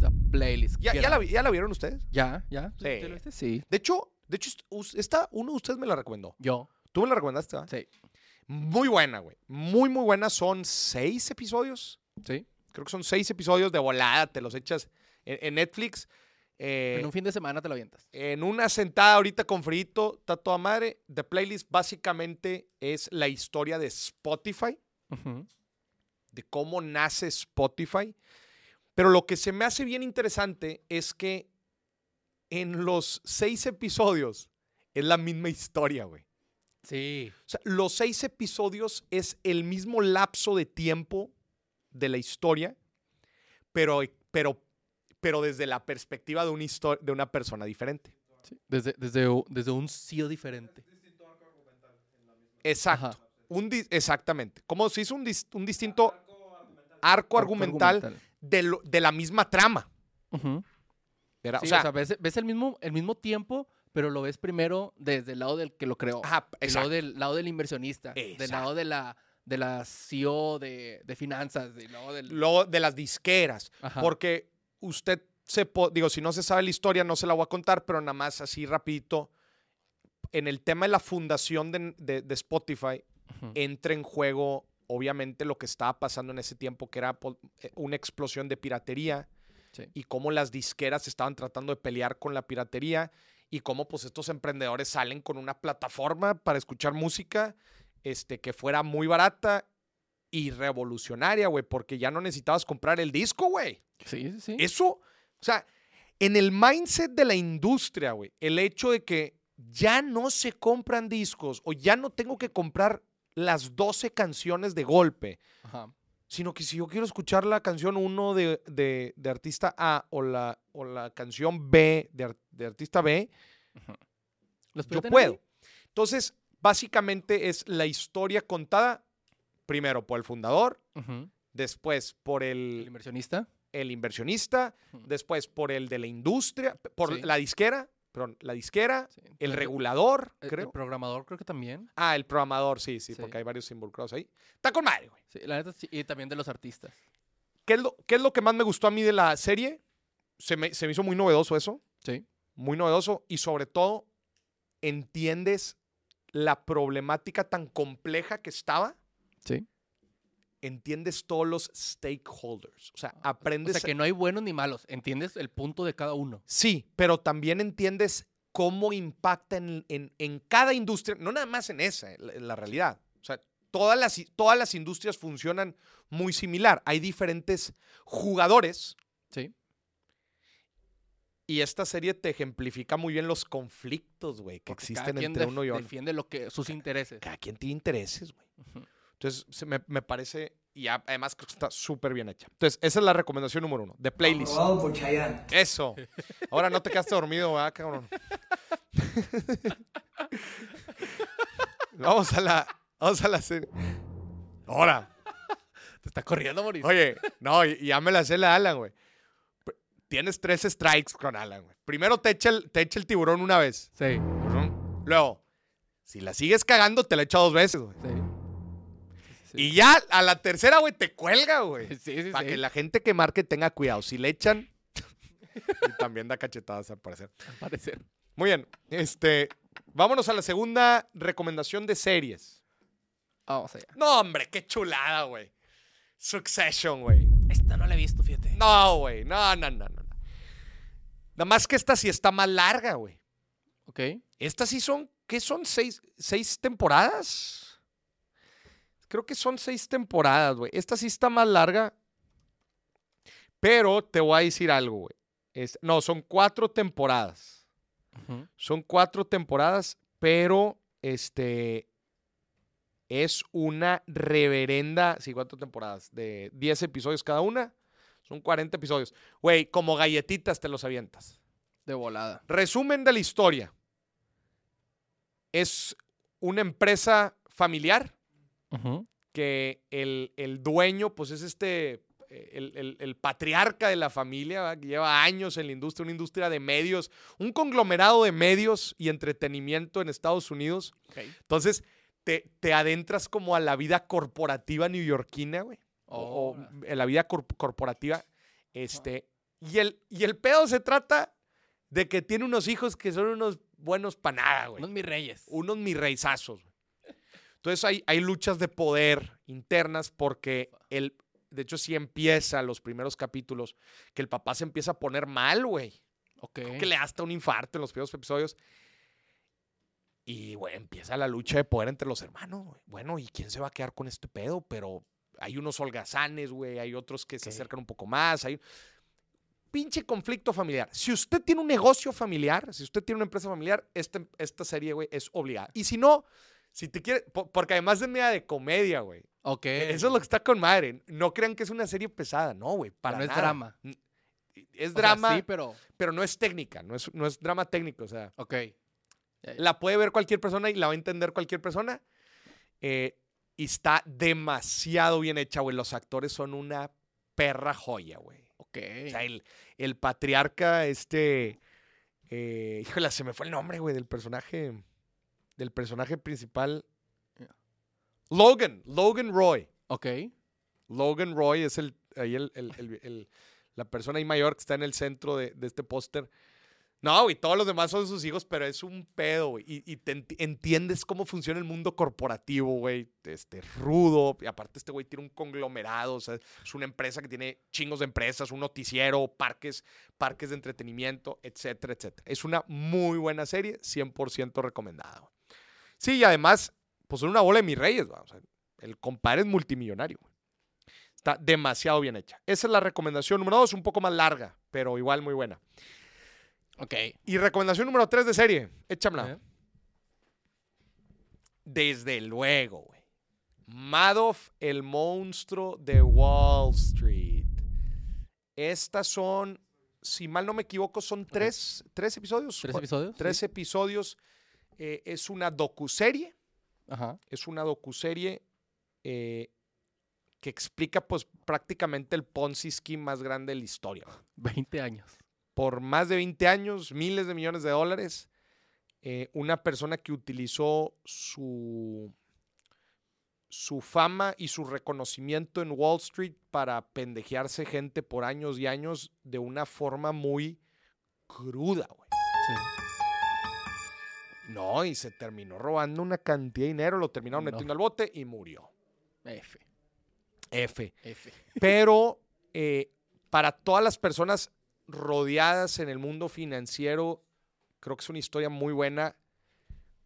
B: La playlist.
A: ¿Ya,
B: ¿qué
A: ya
B: era?
A: la, vi- ya la vieron ustedes?
B: ¿Ya? ¿Ya? ¿Tú-
A: Sí.
B: tú lo viste? Sí.
A: De hecho, de hecho, us- esta, uno de ustedes me la recomendó.
B: Yo.
A: Tú me la recomendaste, ¿verdad?
B: Sí.
A: Muy buena, güey. Muy, muy buena. Son seis episodios.
B: Sí.
A: Creo que son seis episodios de volada, te los echas en, en Netflix. eh,
B: en un fin de semana te lo avientas.
A: en una sentada ahorita con frito, está toda madre. The Playlist básicamente es la historia de Spotify, de cómo nace Spotify. Pero lo que se me hace bien interesante es que en los seis episodios es la misma historia, güey.
B: Sí.
A: O sea, los seis episodios es el mismo lapso de tiempo de la historia, pero, pero, pero desde la perspectiva de una, histo- de una persona diferente.
B: Desde, desde, u- desde un CEO diferente.
A: Exacto.
B: Ajá.
A: Un di- exactamente. Como si hizo un, dis- un distinto arco argumental,
B: Argumental.
A: de, lo- de la misma trama.
B: Ujú.
A: Era-
B: Sí,
A: o sea,
B: ves, ves el, mismo, el mismo tiempo, pero lo ves primero desde el lado del que lo creó.
A: ajá,
B: el
A: exacto.
B: lado del lado del inversionista, del
A: Exacto.
B: lado de la de la CEO de, de finanzas, del lado del
A: Luego de las disqueras.
B: Ajá.
A: Porque usted se po- digo, si no se sabe la historia, no se la voy a contar, pero nada más así rapidito. En el tema de la fundación de, de- de Spotify,
B: Ujú.
A: entra en juego, obviamente, lo que estaba pasando en ese tiempo, que era po- eh, una explosión de piratería
B: Sí.
A: y cómo las disqueras estaban tratando de pelear con la piratería y cómo pues estos emprendedores salen con una plataforma para escuchar música este, que fuera muy barata y revolucionaria, güey, porque ya no necesitabas comprar el disco, güey.
B: Sí, sí, sí.
A: Eso, o sea, en el mindset de la industria, güey, el hecho de que ya no se compran discos o ya no tengo que comprar las 12 canciones de golpe,
B: Ajá.
A: sino que si yo quiero escuchar la canción 1 de, de- de artista A o la, o la canción B de, ar- de artista B,
B: ¿Los
A: yo
B: piratas
A: puedo.
B: nadie?
A: Entonces, básicamente es la historia contada primero por el fundador,
B: Ujú.
A: después por
B: El
A: el,
B: inversionista.
A: el inversionista,
B: Ujú.
A: después por el de la industria, p- por
B: Hmm. Sí.
A: la disquera, perdón, la disquera,
B: Sí.
A: el
B: Pero-
A: regulador,
B: el- El
A: creo.
B: programador creo que también.
A: Ah, el programador, sí, sí,
B: Sí.
A: porque hay varios involucrados ahí. Está con madre, güey.
B: Sí, la neta sí, y también de los artistas.
A: ¿Qué es, lo, qué es lo que más me gustó a mí de la serie? Se me, se me hizo muy novedoso eso,
B: Sí.
A: muy novedoso, y sobre todo, entiendes la problemática tan compleja que estaba.
B: Sí.
A: Entiendes todos los stakeholders. O sea,
B: Ah, O
A: aprendes
B: sea, que no hay buenos ni malos, entiendes el punto de cada uno.
A: Sí, pero también entiendes cómo impacta en, en- en cada industria, no nada más en esa, eh, la, la realidad. O sea, todas las, i- todas las industrias funcionan muy similar. Hay diferentes jugadores
B: Sí.
A: y esta serie te ejemplifica muy bien los conflictos, güey, que
B: Porque cada
A: existen
B: quien
A: entre
B: def-
A: uno y otro.
B: defiende lo que sus intereses.
A: Cada quien tiene intereses, güey.
B: Ujú.
A: Entonces, se me, me parece, y a- además creo que está súper bien hecha. Entonces, esa es la recomendación número uno, de playlist.
E: Aprobado por Chayanne.
A: Eso. Ahora no te quedaste dormido, ¿verdad, cabrón? vamos a la. Vamos a la serie. Ahora.
B: Te está corriendo, Mauricio.
A: Oye, no, y- y ya me la sé la de Alan, güey. P- Tienes tres strikes con Alan, güey. Primero te echa el, te echa el tiburón una vez.
B: Sí,
A: Luego, si la sigues cagando, te la echa dos veces, güey.
B: sí. Sí, sí, sí.
A: Y ya a la tercera, güey, te cuelga, güey.
B: Sí, sí,
A: Para
B: sí.
A: que la gente que marque tenga cuidado. Si le echan. y también da cachetadas al parecer.
B: Al parecer.
A: Muy bien. Este, vámonos a la segunda recomendación de series.
B: Vamos allá.
A: No, hombre, qué chulada, güey. Succession, güey.
B: Esta no la he visto, fíjate.
A: No, güey. No, no, no, no. no. Nada más que esta sí está más larga, güey.
B: Ok.
A: Estas sí son, ¿qué son? ¿Seis, seis temporadas? Creo que son seis temporadas, güey. Esta sí está más larga. Pero te voy a decir algo, güey. Es- no, son cuatro temporadas.
B: Ujú.
A: Son cuatro temporadas, pero este es una reverenda. Sí, cuatro temporadas de 10 episodios cada una. Son 40 episodios. Güey, como galletitas te los avientas.
B: De volada.
A: Resumen de la historia. Es una empresa familiar que el, el dueño, pues es este, eh, el, el- el patriarca de la familia, ¿verdad? que lleva años en la industria, una industria de medios, un conglomerado de medios y entretenimiento en Estados Unidos.
B: Ok.
A: Entonces, te, te adentras como a la vida corporativa neoyorquina, güey,
B: Oh,
A: o, o
B: Ahora.
A: en la vida corp- corporativa. Este, y, el, y el pedo se trata de que tiene unos hijos que son unos buenos para nada, güey
B: Unos mis reyes.
A: unos mis reisazos. güey. Entonces hay, hay luchas de poder internas porque el, de hecho sí empieza los primeros capítulos que el papá se empieza a poner mal, güey.
B: Ok.
A: Que le da hasta un infarto en los primeros episodios. Y, güey, empieza la lucha de poder entre los hermanos, güey. Bueno, ¿y quién se va a quedar con este pedo? Pero hay unos holgazanes, güey. Hay otros que se
B: Ok.
A: acercan un poco más. Hay pinche conflicto familiar. Si usted tiene un negocio familiar, si usted tiene una empresa familiar, esta, esta serie, güey, es obligada. Y si no, si te quiere, po- porque además de media de comedia, güey.
B: Ok.
A: Eso es lo que está con madre. No crean que es una serie pesada, no, güey. Para
B: no es
A: nada.
B: drama.
A: Es
B: O sea,
A: drama,
B: sí, pero.
A: pero no es técnica, no es, no es drama técnico. O sea,
B: Ok. Ya, ya.
A: la puede ver cualquier persona y la va a entender cualquier persona. Eh, y está demasiado bien hecha, güey. Los actores son una perra joya, güey.
B: Ok. Ok.
A: O sea, el, el patriarca, este. eh, híjole, se me fue el nombre, güey, del personaje. Del personaje principal. Logan, Logan Roy.
B: Ok.
A: Logan Roy es el, ahí el- el- el- el- la persona ahí mayor que está en el centro de, de este póster. No, güey, todos los demás son sus hijos, pero es un pedo, güey. Y, y te enti- entiendes cómo funciona el mundo corporativo, güey. Este, rudo. Y aparte, este güey tiene un conglomerado. O sea, es una empresa que tiene chingos de empresas, un noticiero, parques, parques de entretenimiento, etcétera, etcétera. Es una muy buena serie, 100% recomendada. güey. Sí, y además, pues son una bola de mis reyes, va. O sea, el compadre es multimillonario, güey. Está demasiado bien hecha. Esa es la recomendación número dos, un poco más larga, pero igual muy buena.
B: Ok.
A: Y recomendación número tres de serie, échamla.
B: ¿Eh?
A: Desde luego, güey. Madoff, el monstruo de Wall Street. Estas son, si mal no me equivoco, son tres, tres episodios.
B: ¿Tres
A: Cu-
B: episodios?
A: tres
B: Sí.
A: episodios. Eh, es una docuserie.
B: Ajá.
A: es una docuserie eh, que explica pues prácticamente el Ponzi Scheme más grande de la historia. ¿no?
B: 20 años.
A: Por más de 20 años, miles de millones de dólares, eh, una persona que utilizó su, su fama y su reconocimiento en Wall Street para pendejearse gente por años y años de una forma muy cruda, güey.
B: Sí.
A: No, y se terminó robando una cantidad de dinero, lo terminaron
B: No.
A: metiendo al bote y murió.
B: F.
A: F.
B: F.
A: pero eh, para todas las personas rodeadas en el mundo financiero, creo que es una historia muy buena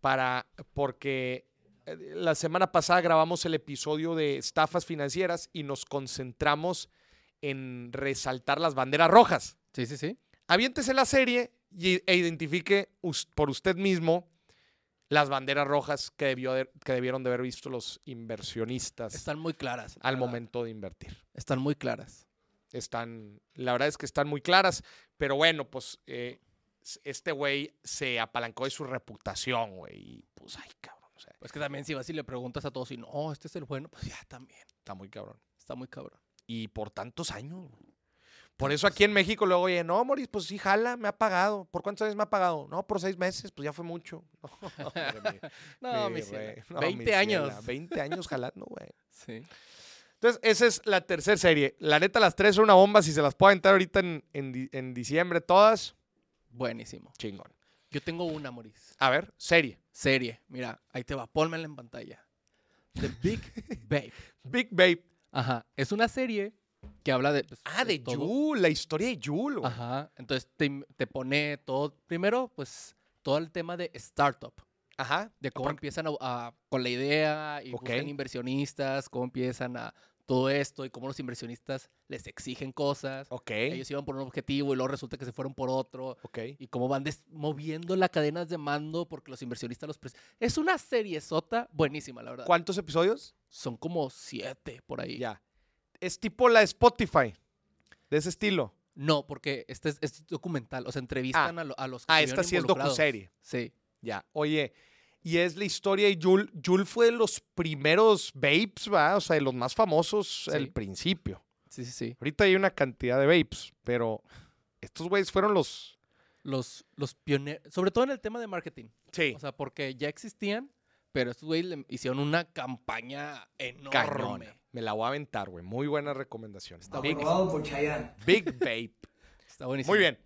A: para porque eh, la semana pasada grabamos el episodio de estafas financieras y nos concentramos en resaltar las banderas rojas.
B: Sí, sí, sí.
A: Aviéntese la serie y- e identifique us- por usted mismo las banderas rojas que, debió haber- que debieron de haber visto los inversionistas
B: Están muy claras. la
A: al
B: verdad.
A: momento de invertir
B: Están muy claras.
A: están, la verdad es que están muy claras, pero bueno, pues eh, s- este güey se apalancó de su reputación, güey, y pues, ay, cabrón, o sea,
B: Pues que también si vas y le preguntas a todos y no, este es el bueno, pues ya también.
A: está muy cabrón.
B: Está muy cabrón.
A: Y por tantos años, güey. Por eso aquí en México luego, oye, no, Moris, pues sí, jala, me ha pagado. ¿Por cuántos años me ha pagado? No, por seis meses, pues ya fue mucho. No, hombre, mi-
B: No,
A: mi
B: mi
A: rey,
B: cielo.
A: no, mi
B: 20
A: ciela,
B: años.
A: 20 años jalando, güey.
B: Sí.
A: Entonces, esa es la tercera serie. La neta, las tres son una bomba. Si se las puedo aventar ahorita en, en di- en diciembre todas,
B: Buenísimo.
A: chingón.
B: Yo tengo una, Moris.
A: A ver, serie.
B: Serie. Mira, ahí te va. Pónmela en pantalla. The Big Babe.
A: Big Babe.
B: Ajá. Es una serie que habla de. pues,
A: Ah, de
B: todo.
A: Yul, la historia de Yul. güey.
B: Ajá. Entonces te, im- te pone todo. Primero, pues todo el tema de startup.
A: Ajá.
B: De cómo
A: Apar-
B: empiezan a, a- con la idea y
A: Ok.
B: buscan inversionistas, cómo empiezan a todo esto y cómo los inversionistas les exigen cosas.
A: Ok.
B: Ellos iban por un objetivo y luego resulta que se fueron por otro.
A: Ok.
B: Y cómo van des- moviendo las cadenas de mando porque los inversionistas los... pres- Es una serie sota buenísima, la verdad.
A: ¿Cuántos episodios?
B: Son como siete por ahí.
A: Ya. Es tipo la de Spotify. De ese estilo.
B: No, porque este es, es documental. O sea, entrevistan a, lo- a los que
A: Ah,
B: estuvieron
A: esta sí es
B: involucrados.
A: docuserie.
B: Sí.
A: Ya. Oye, y es la historia de Yul. Yul fue de los primeros vapes, ¿va? O sea, de los más famosos
B: Sí.
A: al principio.
B: Sí, sí, sí.
A: Ahorita hay una cantidad de vapes, pero estos güeyes fueron los.
B: Los, los pioneros... Sobre todo en el tema de marketing.
A: Sí.
B: O sea, porque ya existían, pero estos güeyes le hicieron una campaña enorme.
A: Cañón. Me la voy a aventar, güey. Muy buena recomendación. Big,
E: Aprobado por Chayanne.
A: Big Babe.
B: Está buenísimo.
A: Muy bien.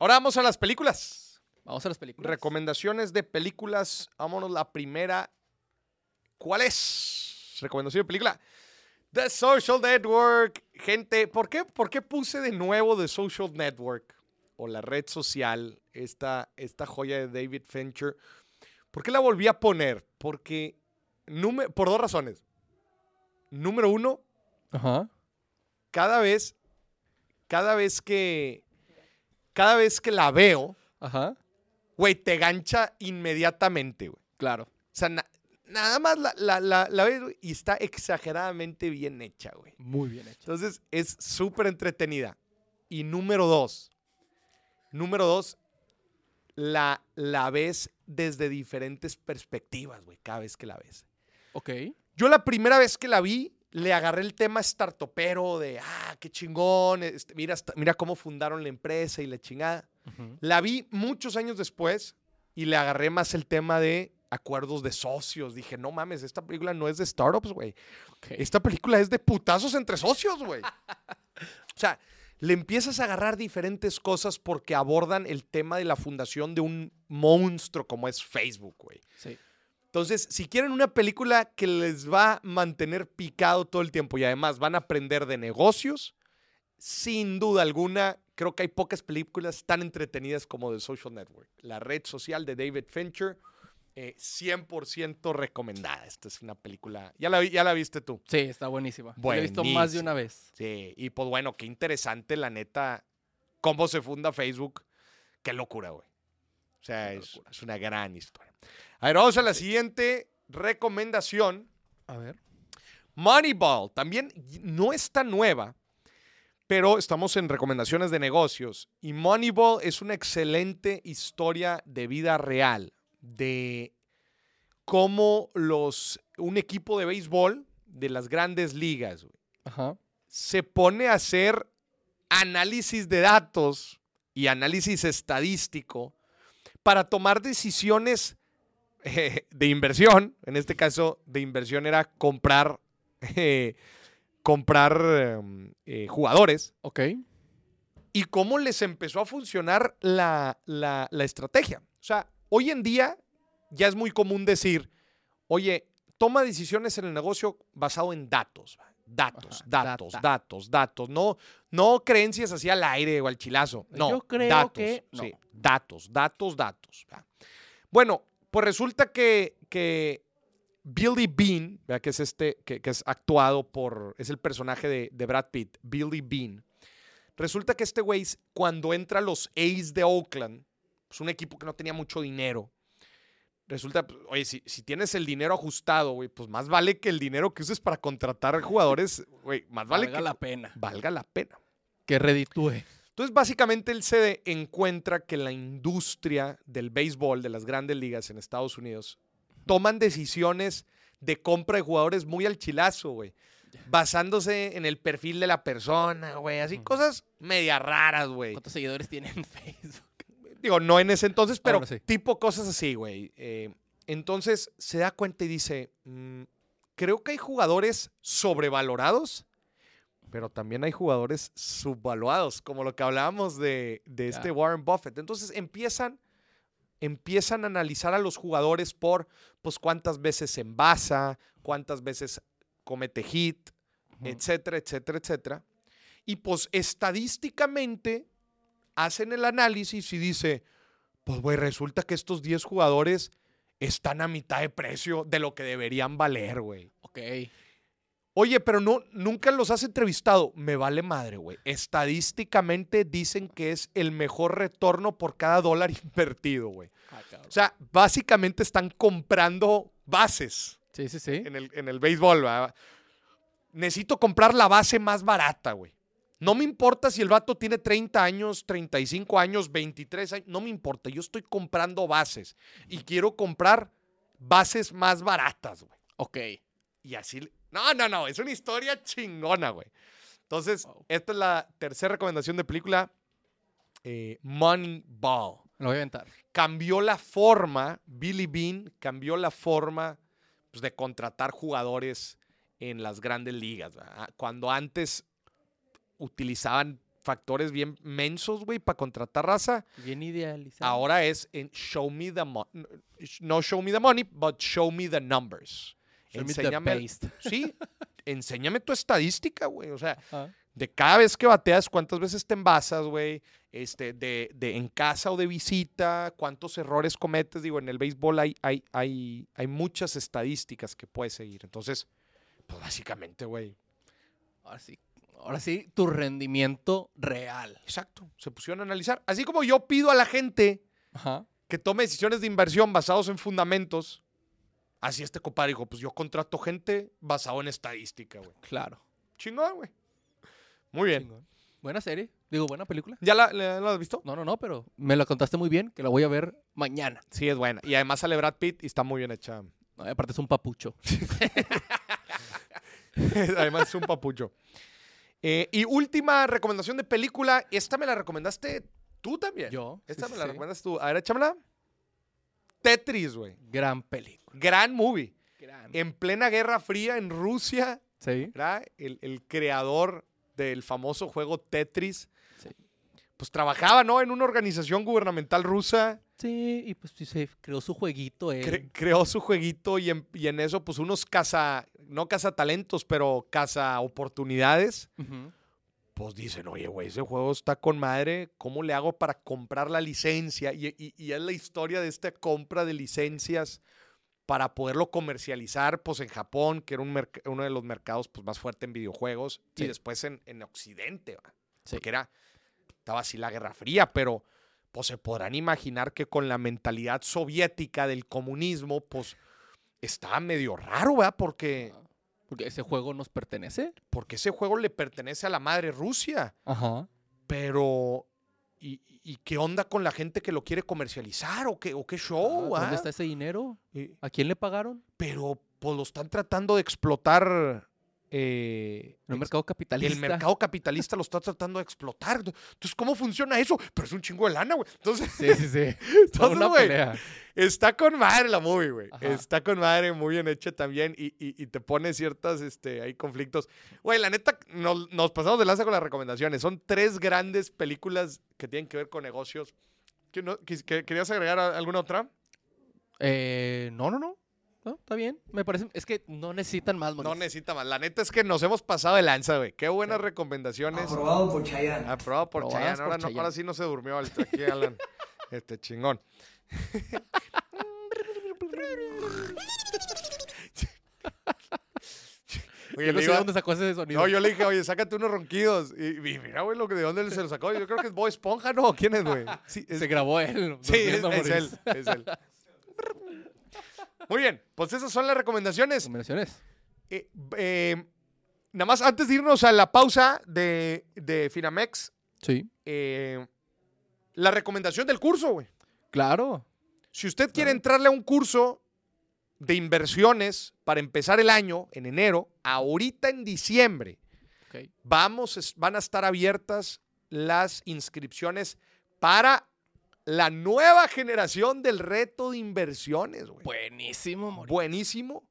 A: Ahora vamos a las películas.
B: Vamos a las películas.
A: Recomendaciones de películas. Vámonos la primera. ¿Cuál es? Recomendación de película. The Social Network. Gente, ¿por qué, por qué puse de nuevo The Social Network? O la red social, esta, esta joya de David Fincher. ¿Por qué la volví a poner? Porque, nume- por dos razones. Número uno,
B: Ajá.
A: cada vez, cada vez que, cada vez que la veo,
B: Ajá.
A: güey, te gancha inmediatamente, güey.
B: Claro.
A: O sea, na- nada más la, la, la, la ves güey, y está exageradamente bien hecha, güey.
B: Muy bien hecho.
A: Entonces, es súper entretenida. Y número dos, número dos, la, la ves desde diferentes perspectivas, güey, cada vez que la ves.
B: Ok.
A: Yo la primera vez que la vi, le agarré el tema startupero de, ah, qué chingón, este, mira, hasta- mira cómo fundaron la empresa y la chingada.
B: Ujú.
A: La vi muchos años después y le agarré más el tema de acuerdos de socios. Dije, no mames, esta película no es de startups, güey.
B: Ok.
A: Esta película es de putazos entre socios, güey. O sea, le empiezas a agarrar diferentes cosas porque abordan el tema de la fundación de un monstruo como es Facebook, güey.
B: Sí.
A: Entonces, si quieren una película que les va a mantener picado todo el tiempo y además van a aprender de negocios, sin duda alguna, creo que hay pocas películas tan entretenidas como The Social Network. La red social de David Fincher, eh, 100% recomendada. Esta es una película, ya la, vi- ya la viste tú.
B: Sí, está buenísima. Lo he visto más de
A: Buenísima.
B: una vez.
A: Sí, y pues bueno, qué interesante, la neta, cómo se funda Facebook. Qué locura, güey. O sea,
B: Qué
A: es,
B: locura.
A: es una gran historia. A ver, vamos a la siguiente recomendación.
B: A ver.
A: Moneyball, también y- no está nueva, pero estamos en recomendaciones de negocios. Y Moneyball es una excelente historia de vida real, de cómo los, un equipo de béisbol de las grandes ligas, güey,
B: Ajá.
A: se pone a hacer análisis de datos y análisis estadístico para tomar decisiones eh, de inversión. En este caso, de inversión era comprar, eh, comprar em, eh, jugadores
B: Ok.
A: y cómo les empezó a funcionar la, la- la estrategia. O sea, hoy en día ya es muy común decir, oye, toma decisiones en el negocio basado en datos, va, datos,
B: Ajá,
A: datos,
B: data.
A: datos, datos, no, no creencias así al aire o al chilazo, no,
B: Yo creo
A: datos,
B: que no.
A: sí, datos, datos, datos. va. Bueno, pues resulta que, que Billy Bean, ¿verdad? que es este, que, que es actuado por, es el personaje de, de Brad Pitt, Billy Bean. Resulta que este güey, s- cuando entra a los A's de Oakland, pues un equipo que no tenía mucho dinero, resulta, pues, oye, si, si tienes el dinero ajustado, güey, pues más vale que el dinero que uses para contratar jugadores, güey, más vale
B: Valga
A: que
B: la pena.
A: valga la pena.
B: Que reditúe.
A: Entonces, básicamente, él se de- encuentra que la industria del béisbol, de las grandes ligas en Estados Unidos, toman decisiones de compra de jugadores muy al chilazo, güey. Basándose en el perfil de la persona, güey. Así
B: Ujú.
A: cosas media raras, güey.
B: ¿Cuántos seguidores tiene en Facebook?
A: Digo, no en ese entonces, pero
B: Ah, Bueno, sí.
A: tipo cosas así, güey. Eh, entonces, se da cuenta y dice, "Mm, creo que hay jugadores sobrevalorados, pero también hay jugadores subvaluados, como lo que hablábamos de, de este
B: Ya.
A: Warren Buffett. Entonces empiezan, empiezan a analizar a los jugadores por, pues, cuántas veces se envasa, cuántas veces comete hit, etcétera, etcétera, etcétera. Y pues estadísticamente hacen el análisis y dice, pues güey, resulta que estos 10 jugadores están a mitad de precio de lo que deberían valer, güey.
B: Ok.
A: Oye, pero no, nunca los has entrevistado. Me vale madre, güey. Estadísticamente dicen que es el mejor retorno por cada dólar invertido, güey.
B: Ah, cabrón.
A: O sea, básicamente están comprando bases
B: sí, sí, sí.
A: en el, en el béisbol. ¿verdad? Necesito comprar la base más barata, güey. No me importa si el vato tiene 30 años, 35 años, 23 años. No me importa. Yo estoy comprando bases y quiero comprar bases más baratas, güey.
B: Ok.
A: Y así. le- No, no, no. Es una historia chingona, güey. Entonces,
B: Wow.
A: esta es la tercera recomendación de película: eh, Moneyball
B: Lo voy a aventar.
A: cambió la forma, Billy Bean cambió la forma pues, de contratar jugadores en las grandes ligas. ¿verdad? Ah, Cuando antes utilizaban factores bien mensos, güey, para contratar raza,
B: Bien idealizado.
A: ahora es en show me the money, no show me the money, but show me the numbers.
B: Show me the
A: enséñame,
B: paste.
A: sí, enséñame tu estadística, güey, o sea,
B: Ah,
A: de cada vez que bateas, cuántas veces te envasas, güey. Este, de, de en casa o de visita, cuántos errores cometes. Digo, en el béisbol hay, hay, hay, hay muchas estadísticas que puedes seguir. Entonces, pues básicamente, güey.
B: Ahora sí. Ahora sí, tu rendimiento real.
A: Exacto. Se pusieron a analizar. Así como yo pido a la gente
B: Ajá.
A: que tome decisiones de inversión basados en fundamentos, así este compadre dijo, pues yo contrato gente basado en estadística, güey.
B: Claro.
A: Chingón, güey. Muy bien.
B: Chingón. Buena serie. Digo, buena película.
A: ¿Ya la, la- la has visto?
B: No, no, no, pero me la contaste muy bien, que la voy a ver mañana.
A: Sí, es buena. Y además sale Brad Pitt y está muy bien hecha.
B: No, y aparte es un papucho.
A: Además es un papucho. Eh, y última recomendación de película. Esta me la recomendaste tú también.
B: Yo.
A: Esta
B: sí,
A: me
B: sí,
A: la
B: sí.
A: recomendas tú. A ver, échamela. Tetris, güey.
B: Gran película.
A: Gran movie.
B: Gran.
A: En plena Guerra Fría en Rusia,
B: Sí.
A: ¿verdad? El, el creador del famoso juego Tetris.
B: Sí.
A: Pues trabajaba, ¿no? En una organización gubernamental rusa.
B: Sí, y pues sí, se creó su jueguito. él.
A: Cre- creó su jueguito y en, y en eso, pues unos caza, no caza talentos, pero caza oportunidades.
B: Ujú.
A: Pues dicen, oye, güey, ese juego está con madre, ¿cómo le hago para comprar la licencia? Y, y- y es la historia de esta compra de licencias para poderlo comercializar, pues en Japón, que era un merc- uno de los mercados pues, más fuerte en videojuegos, y
B: Sí.
A: después en, en Occidente, ¿va?
B: Sí.
A: porque era, estaba así la Guerra Fría, pero pues se podrán imaginar que con la mentalidad soviética del comunismo, pues estaba medio raro, ¿verdad? Porque,
B: Ah, Porque ese juego nos pertenece.
A: porque ese juego le pertenece a la madre Rusia.
B: Ajá.
A: Pero, ¿y, y qué onda con la gente que lo quiere comercializar? ¿O qué, o qué show? ah?
B: ¿Dónde está ese dinero?
A: Y-
B: ¿A quién le pagaron?
A: pero, pues lo están tratando de explotar. eh,
B: En el
A: ex-
B: mercado capitalista.
A: el mercado capitalista lo está tratando de explotar. Entonces, ¿cómo funciona eso? Pero es un chingo de lana, güey. Entonces,
B: Sí, sí, sí. Toda
A: entonces,
B: una
A: güey,
B: pelea.
A: está con madre la movie, güey.
B: Ajá.
A: Está con madre, muy bien hecha también. Y, y- y te pone ciertas, este, hay conflictos. Güey, la neta, nos, nos pasamos de lanza con las recomendaciones. Son tres grandes películas que tienen que ver con negocios. ¿Que no- que- que- ¿Querías agregar a- alguna otra?
B: Eh, no, no, no. No, está bien. Me parece. Es que no necesitan más,
A: No
B: monos.
A: necesita más. La neta es que nos hemos pasado de lanza, güey. Qué buenas recomendaciones.
E: Aprobado por Chayanne.
A: Aprobado Ah, por
B: Aprobadas
A: Chayanne.
B: por
A: Ahora, no-
B: Chayanne.
A: ahora sí no se durmió el- aquí, Alan. Este chingón. Oye,
B: Yo no
A: le
B: sé
A: iba-
B: de dónde sacó ese sonido.
A: no, yo le dije, oye, sácate unos ronquidos. Y, y mira, güey, lo que, de dónde se lo sacó. Yo creo que es Bob Esponja, ¿no? ¿Quién es, güey? Sí, es,
B: Se grabó él.
A: sí, es-
B: durmiendo a
A: es
B: morir.
A: él. Es él. Muy bien, pues esas son las recomendaciones.
B: Combinaciones.
A: Eh, eh, nada más antes de irnos a la pausa de, de Finamex,
B: Sí.
A: eh, la recomendación del curso, güey.
B: Claro.
A: Si usted quiere
B: Claro.
A: entrarle a un curso de inversiones para empezar el año en enero, ahorita en diciembre,
B: Ok.
A: vamos, es- van a estar abiertas las inscripciones para la nueva generación del reto de inversiones, güey.
B: Buenísimo, morir.
A: buenísimo.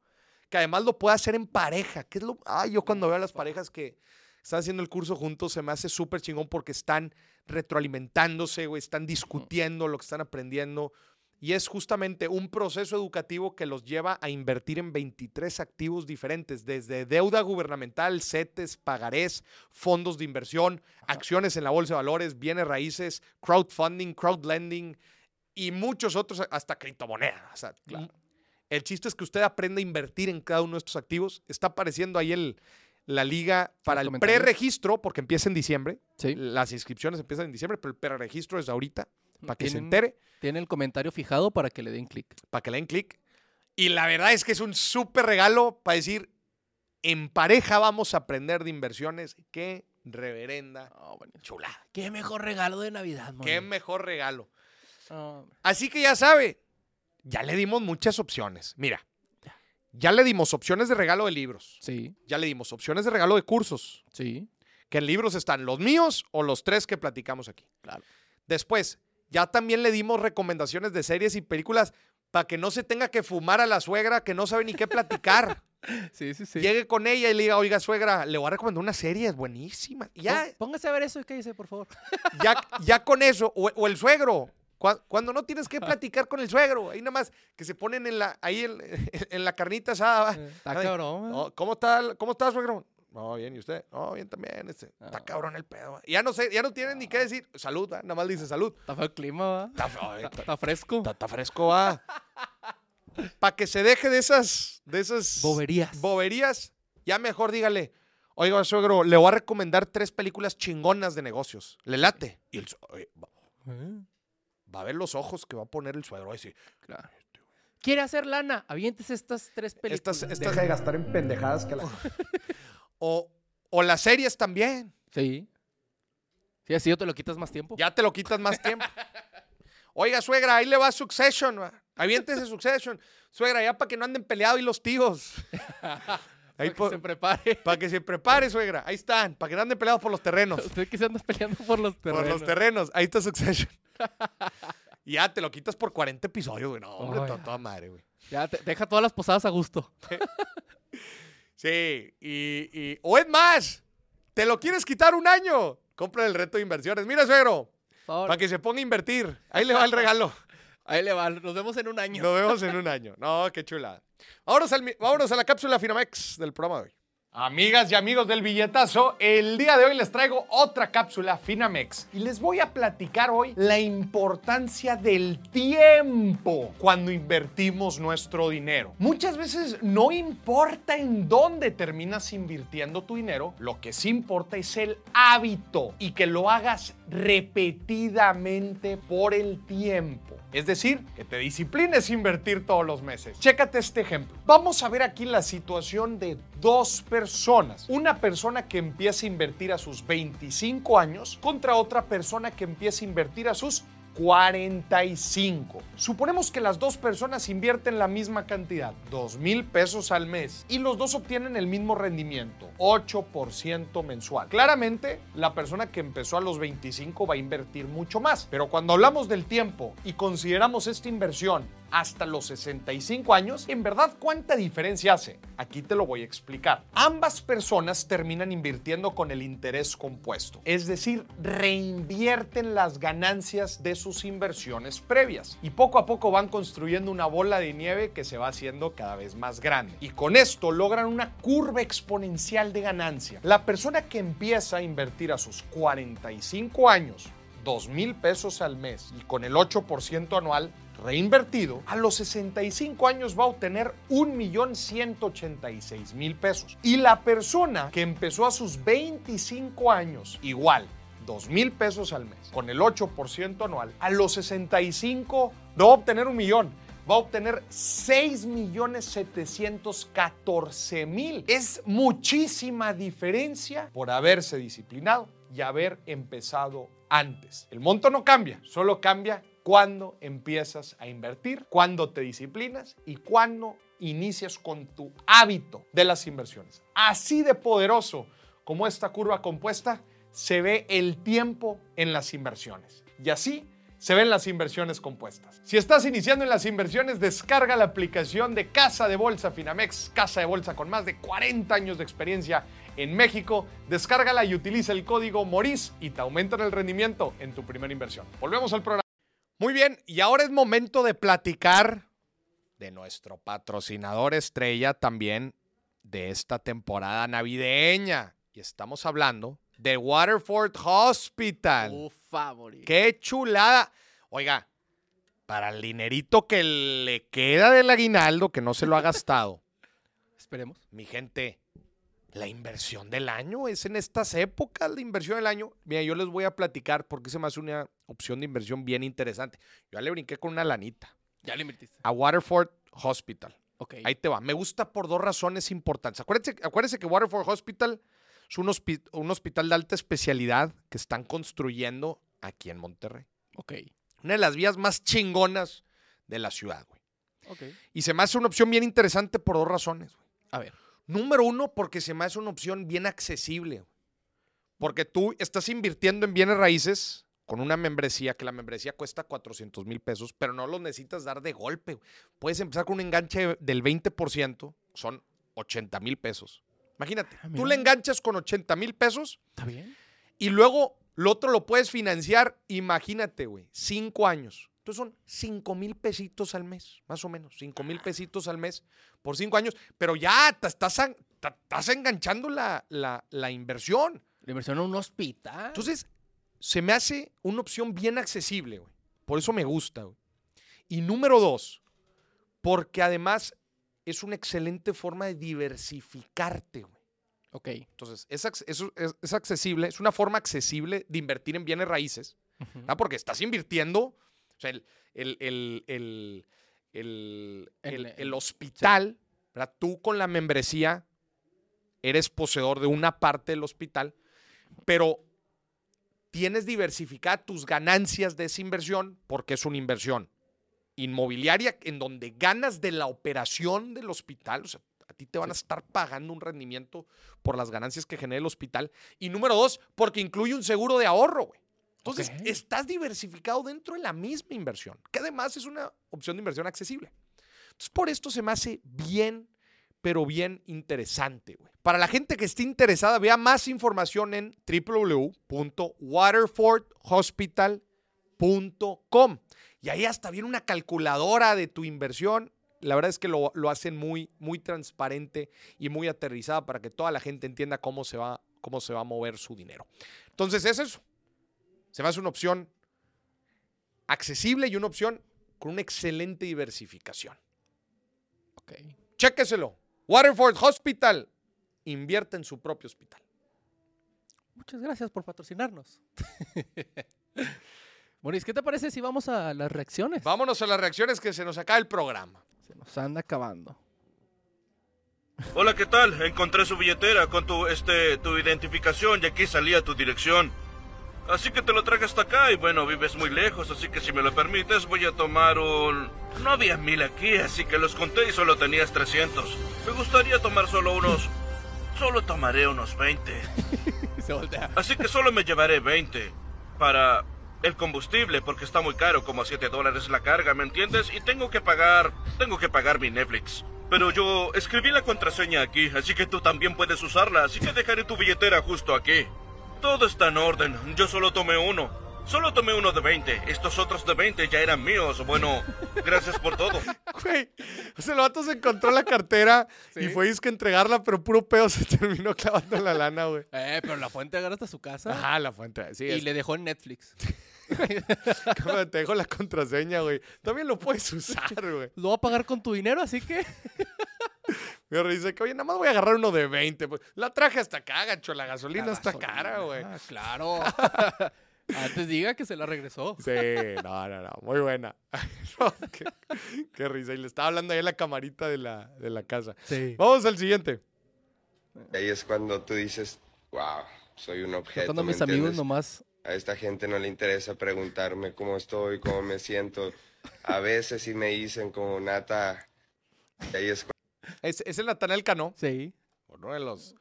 A: Que además lo puede hacer en pareja. Que es lo. Ay, yo cuando veo a las parejas que están haciendo el curso juntos, se me hace súper chingón porque están retroalimentándose, güey, están discutiendo lo que están aprendiendo. Y es justamente un proceso educativo que los lleva a invertir en 23 activos diferentes, desde deuda gubernamental, CETES, pagarés, fondos de inversión, acciones en la bolsa de valores, bienes raíces, crowdfunding, crowdlending y muchos otros, hasta criptomonedas. O sea,
B: Claro.
A: el chiste es que usted aprenda a invertir en cada uno de estos activos. Está apareciendo ahí el, la liga para el
B: comentarios.
A: preregistro, porque empieza en diciembre.
B: Sí.
A: Las inscripciones empiezan en diciembre, pero el preregistro es ahorita, para que se
B: Tienen-
A: entere,
B: Tiene el comentario fijado para que le den clic.
A: para que le den clic. Y la verdad es que es un súper regalo para decir, en pareja vamos a aprender de inversiones. Qué reverenda
B: Ah, bueno.
A: chulada.
B: Qué mejor regalo de Navidad,
A: Qué
B: morir.
A: mejor regalo.
B: Ah,
A: Así que ya sabe, ya le dimos muchas opciones. Mira, ya le dimos opciones de regalo de libros.
B: sí,
A: Ya le dimos opciones de regalo de cursos,
B: sí.
A: que en libros están los míos o los tres que platicamos aquí.
B: Claro.
A: Después, ya también le dimos recomendaciones de series y películas para que no se tenga que fumar a la suegra que no sabe ni qué platicar.
B: Sí, sí, sí.
A: Llegue con ella y le diga, oiga, suegra, le voy a recomendar una serie, es buenísima. Y Ya,
B: Pó- Póngase a ver eso y cállese, por favor.
A: ya, ya con eso, o, o el suegro. cua- Cuando no tienes
B: Ah.
A: que platicar con el suegro, ahí nada más que se ponen en la, ahí en, en la carnita asada. ¿va?
B: Eh, Está
A: Ay,
B: cabrón.
A: Ah, No, ¿cómo, está, el- ¿Cómo está, suegro? No, bien, ¿y usted? No, bien también. Este. Está
B: Ah.
A: cabrón el pedo. Ya no sé, ya no tienen ni qué decir. Salud, ¿va? nada más le dice salud.
B: Está feo el clima, va.
A: Está, ay,
B: Está,
A: está-
B: está fresco.
A: está- está fresco, va. Para que se deje de esas, de esas
B: Boberías.
A: boberías, ya mejor dígale. Oiga, suegro, le voy a recomendar tres películas chingonas de negocios. Le late. Y el, su- oye, va,
B: Eh,
A: va a ver los ojos que va a poner el suegro. Va a decir,
B: claro. ¿Quiere hacer lana? Avientes estas tres películas.
A: estas, estas-
D: de gastar en pendejadas que la...
A: o, o las series también.
B: Sí. Sí, así yo te lo quitas más tiempo.
A: Ya te lo quitas más tiempo. Oiga, suegra, ahí le va Succession. va. Aviéntese Succession. Suegra, ya para que no anden peleados y los tíos. Ahí
B: para
A: po-
B: que se prepare.
A: para que se prepare, suegra. Ahí están, para que no anden peleados por los terrenos.
B: Usted que se anda peleando por los terrenos.
A: Por los terrenos. Ahí está Succession. Y ya te lo quitas por 40 episodios, güey. No, hombre,
B: Ay.
A: to- toda madre, güey.
B: Ya, te- deja todas las posadas a gusto.
A: Sí, y, y- O es más, te lo quieres quitar un año. Compra el reto de inversiones. Mira, suegro,
B: Por favor.
A: para que se ponga a invertir. Ahí le va el regalo.
B: Ahí le va. Nos vemos en un año.
A: Nos vemos en un año. No, qué chulada. Vámonos, al mi- vámonos a la cápsula Finamex del programa de hoy. Amigas y amigos del billetazo, el día de hoy les traigo otra cápsula Finamex y les voy a platicar hoy la importancia del tiempo cuando invertimos nuestro dinero. Muchas veces no importa en dónde terminas invirtiendo tu dinero, lo que sí importa es el hábito y que lo hagas repetidamente por el tiempo. Es decir, que te disciplines a invertir todos los meses. Chécate este ejemplo. Vamos a ver aquí la situación de dos personas. Una persona que empieza a invertir a sus 25 años contra otra persona que empieza a invertir a sus 45. Suponemos que las dos personas invierten la misma cantidad, 2 mil pesos al mes, y los dos obtienen el mismo rendimiento, 8% mensual. Claramente, la persona que empezó a los 25 va a invertir mucho más, pero cuando hablamos del tiempo y consideramos esta inversión hasta los 65 años, en verdad, ¿cuánta diferencia hace? Aquí te lo voy a explicar. Ambas personas terminan invirtiendo con el interés compuesto, es decir, reinvierten las ganancias de sus inversiones previas y poco a poco van construyendo una bola de nieve que se va haciendo cada vez más grande. Y con esto logran una curva exponencial de ganancia. La persona que empieza a invertir a sus 45 años, 2 mil pesos al mes y con el 8% anual, reinvertido, a los 65 años va a obtener 1.186.000 pesos. Y la persona que empezó a sus 25 años, igual, 2 mil pesos al mes, con el 8% anual, a los 65 no va a obtener un millón, va a obtener 6.714.000. Es muchísima diferencia por haberse disciplinado y haber empezado antes. El monto no cambia, solo cambia cuando empiezas a invertir, cuando te disciplinas y cuando inicias con tu hábito de las inversiones. Así de poderoso como esta curva compuesta se ve el tiempo en las inversiones. Y así se ven las inversiones compuestas. Si estás iniciando en las inversiones, descarga la aplicación de Casa de Bolsa Finamex, Casa de Bolsa con más de 40 años de experiencia en México. Descárgala y utiliza el código MORIS y te aumentan el rendimiento en tu primera inversión. Volvemos al programa. Muy bien, y ahora es momento de platicar de nuestro patrocinador estrella también de esta temporada navideña. Y estamos hablando de Waterford Hospital.
B: Ufa, morir.
A: ¡Qué chulada! Oiga, para el dinerito que le queda del aguinaldo, que no se lo ha gastado,
B: Esperemos.
A: mi gente, la inversión del año es en estas épocas, la inversión del año. Mira, yo les voy a platicar porque se me hace una opción de inversión bien interesante. Yo ya le brinqué con una lanita
B: Ya lo invertiste.
A: a Waterford Hospital.
B: Ok.
A: Ahí te va. Me gusta por dos razones importantes. Acuérdense, acuérdense que Waterford Hospital es un, hospi- un hospital de alta especialidad que están construyendo aquí en Monterrey
B: Ok.
A: una de las vías más chingonas de la ciudad, güey.
B: Ok.
A: Y se me hace una opción bien interesante por dos razones, güey.
B: A ver.
A: Número uno, porque se me hace una opción bien accesible, güey. Porque tú estás invirtiendo en bienes raíces con una membresía, que la membresía cuesta 400 mil pesos, pero no los necesitas dar de golpe. güey. Puedes empezar con un enganche del 20%, son 80 mil pesos. Imagínate,
B: Ah,
A: tú
B: mira.
A: le enganchas con 80 mil pesos
B: ¿Está bien?
A: y luego lo otro lo puedes financiar, imagínate, güey, cinco años. Entonces son cinco mil pesitos al mes, más o menos. Cinco mil pesitos al mes por cinco años. Pero ya te estás, en- te estás enganchando la, la- la inversión.
B: La inversión en un hospital.
A: Entonces, se me hace una opción bien accesible, güey. Por eso me gusta, güey. Y número dos, porque además es una excelente forma de diversificarte, güey.
B: ok.
A: Entonces, es, acce- eso es- es accesible, es una forma accesible de invertir en bienes raíces, ¿ah? porque estás invirtiendo, o sea, el, el- el- el- el-
B: El-
A: el-
B: el-
A: el
B: sí.
A: hospital, ¿verdad? tú con la membresía eres poseedor de una parte del hospital, pero tienes diversificadas tus ganancias de esa inversión porque es una inversión inmobiliaria en donde ganas de la operación del hospital, o sea, a ti te van a estar pagando un rendimiento por las ganancias que genera el hospital. Y número dos, porque incluye un seguro de ahorro, güey. Entonces,
B: Ok.
A: estás diversificado dentro de la misma inversión, que además es una opción de inversión accesible. Entonces, por esto se me hace bien, pero bien interesante, güey. Para la gente que esté interesada, vea más información en www.waterfordhospital.com. Y ahí hasta viene una calculadora de tu inversión. La verdad es que lo, lo hacen muy, muy transparente y muy aterrizada para que toda la gente entienda cómo se va, cómo se va a mover su dinero. Entonces, es eso. Se me hace una opción accesible y una opción con una excelente diversificación.
B: Ok.
A: Chéqueselo. Waterford Hospital. Invierta en su propio hospital.
B: Muchas gracias por patrocinarnos. Moris, ¿qué te parece si vamos a las reacciones?
A: Vámonos a las reacciones que se nos acaba el programa.
B: Se nos anda acabando.
E: Hola, ¿qué tal? Encontré su billetera con tu, este, tu identificación y aquí salía tu dirección. Así que te lo traje hasta acá y bueno, vives muy lejos, así que si me lo permites voy a tomar un... No había mil aquí, así que los conté y solo tenías 300. Me gustaría tomar solo unos... Solo tomaré unos 20.
B: Se voltea.
E: Así que solo me llevaré 20 para el combustible porque está muy caro, como a 7 dólares la carga, ¿me entiendes? Y tengo que pagar, tengo que pagar mi Netflix. Pero yo escribí la contraseña aquí, así que tú también puedes usarla, así que dejaré tu billetera justo aquí. Todo está en orden, yo solo tomé uno. Solo tomé uno de 20, estos otros de 20 ya eran míos. Bueno, gracias por todo.
A: Güey, o sea, el vato se encontró la cartera y
B: Sí.
A: fue disque a entregarla, pero puro pedo se terminó clavando la lana, güey.
B: Eh, pero la fuente agarra hasta su casa
A: Ajá, la fuente. Sí,
B: y
A: es
B: le dejó en Netflix.
A: como te dejo la contraseña, güey. También lo puedes usar, güey.
B: Lo va a pagar con tu dinero, así que.
A: Me dice que, oye, nada más voy a agarrar uno de 20. pues. La traje hasta acá, gacho. La gasolina, hasta
B: gasolina,
A: cara, güey.
B: ah, Claro. Antes diga que se la regresó.
A: Sí, no, no, no, muy buena. No, qué, qué risa. Y le estaba hablando ahí en la camarita de la, de la casa.
B: Sí.
A: Vamos al siguiente.
F: Y ahí es cuando tú dices, wow, soy un objeto.
B: Cuando
F: ¿me
B: mis amigos
F: entiendes?
B: nomás.
F: A esta gente no le interesa preguntarme cómo estoy, cómo me siento. A veces sí me dicen como nata. Y ahí es
A: Es, es el Natanael Cano,
B: Sí.
A: uno de los,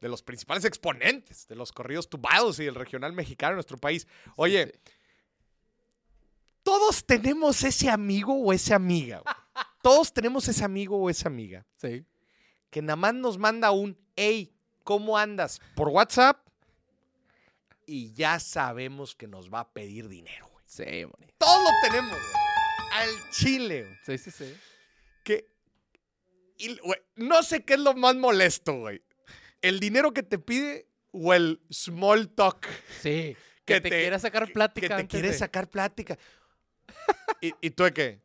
A: de los principales exponentes de los corridos tubados y del regional mexicano en nuestro país. Oye, todos tenemos ese amigo o esa amiga. güey. Todos tenemos ese amigo o esa amiga
B: Sí.
A: que nada más nos manda un, hey, ¿cómo andas? Por WhatsApp. Y ya sabemos que nos va a pedir dinero, güey.
B: Sí, Moni.
A: Todos lo tenemos, güey. Al chile, güey.
B: Sí, sí, sí.
A: Que. y, güey, no sé qué es lo más molesto, güey. El dinero que te pide o el small talk.
B: Sí.
A: Que
B: Que,
A: te-
B: te, quiera sacar plática.
A: Que te
B: antes
A: quiere
B: de-
A: sacar plática. ¿Y, y tú de qué?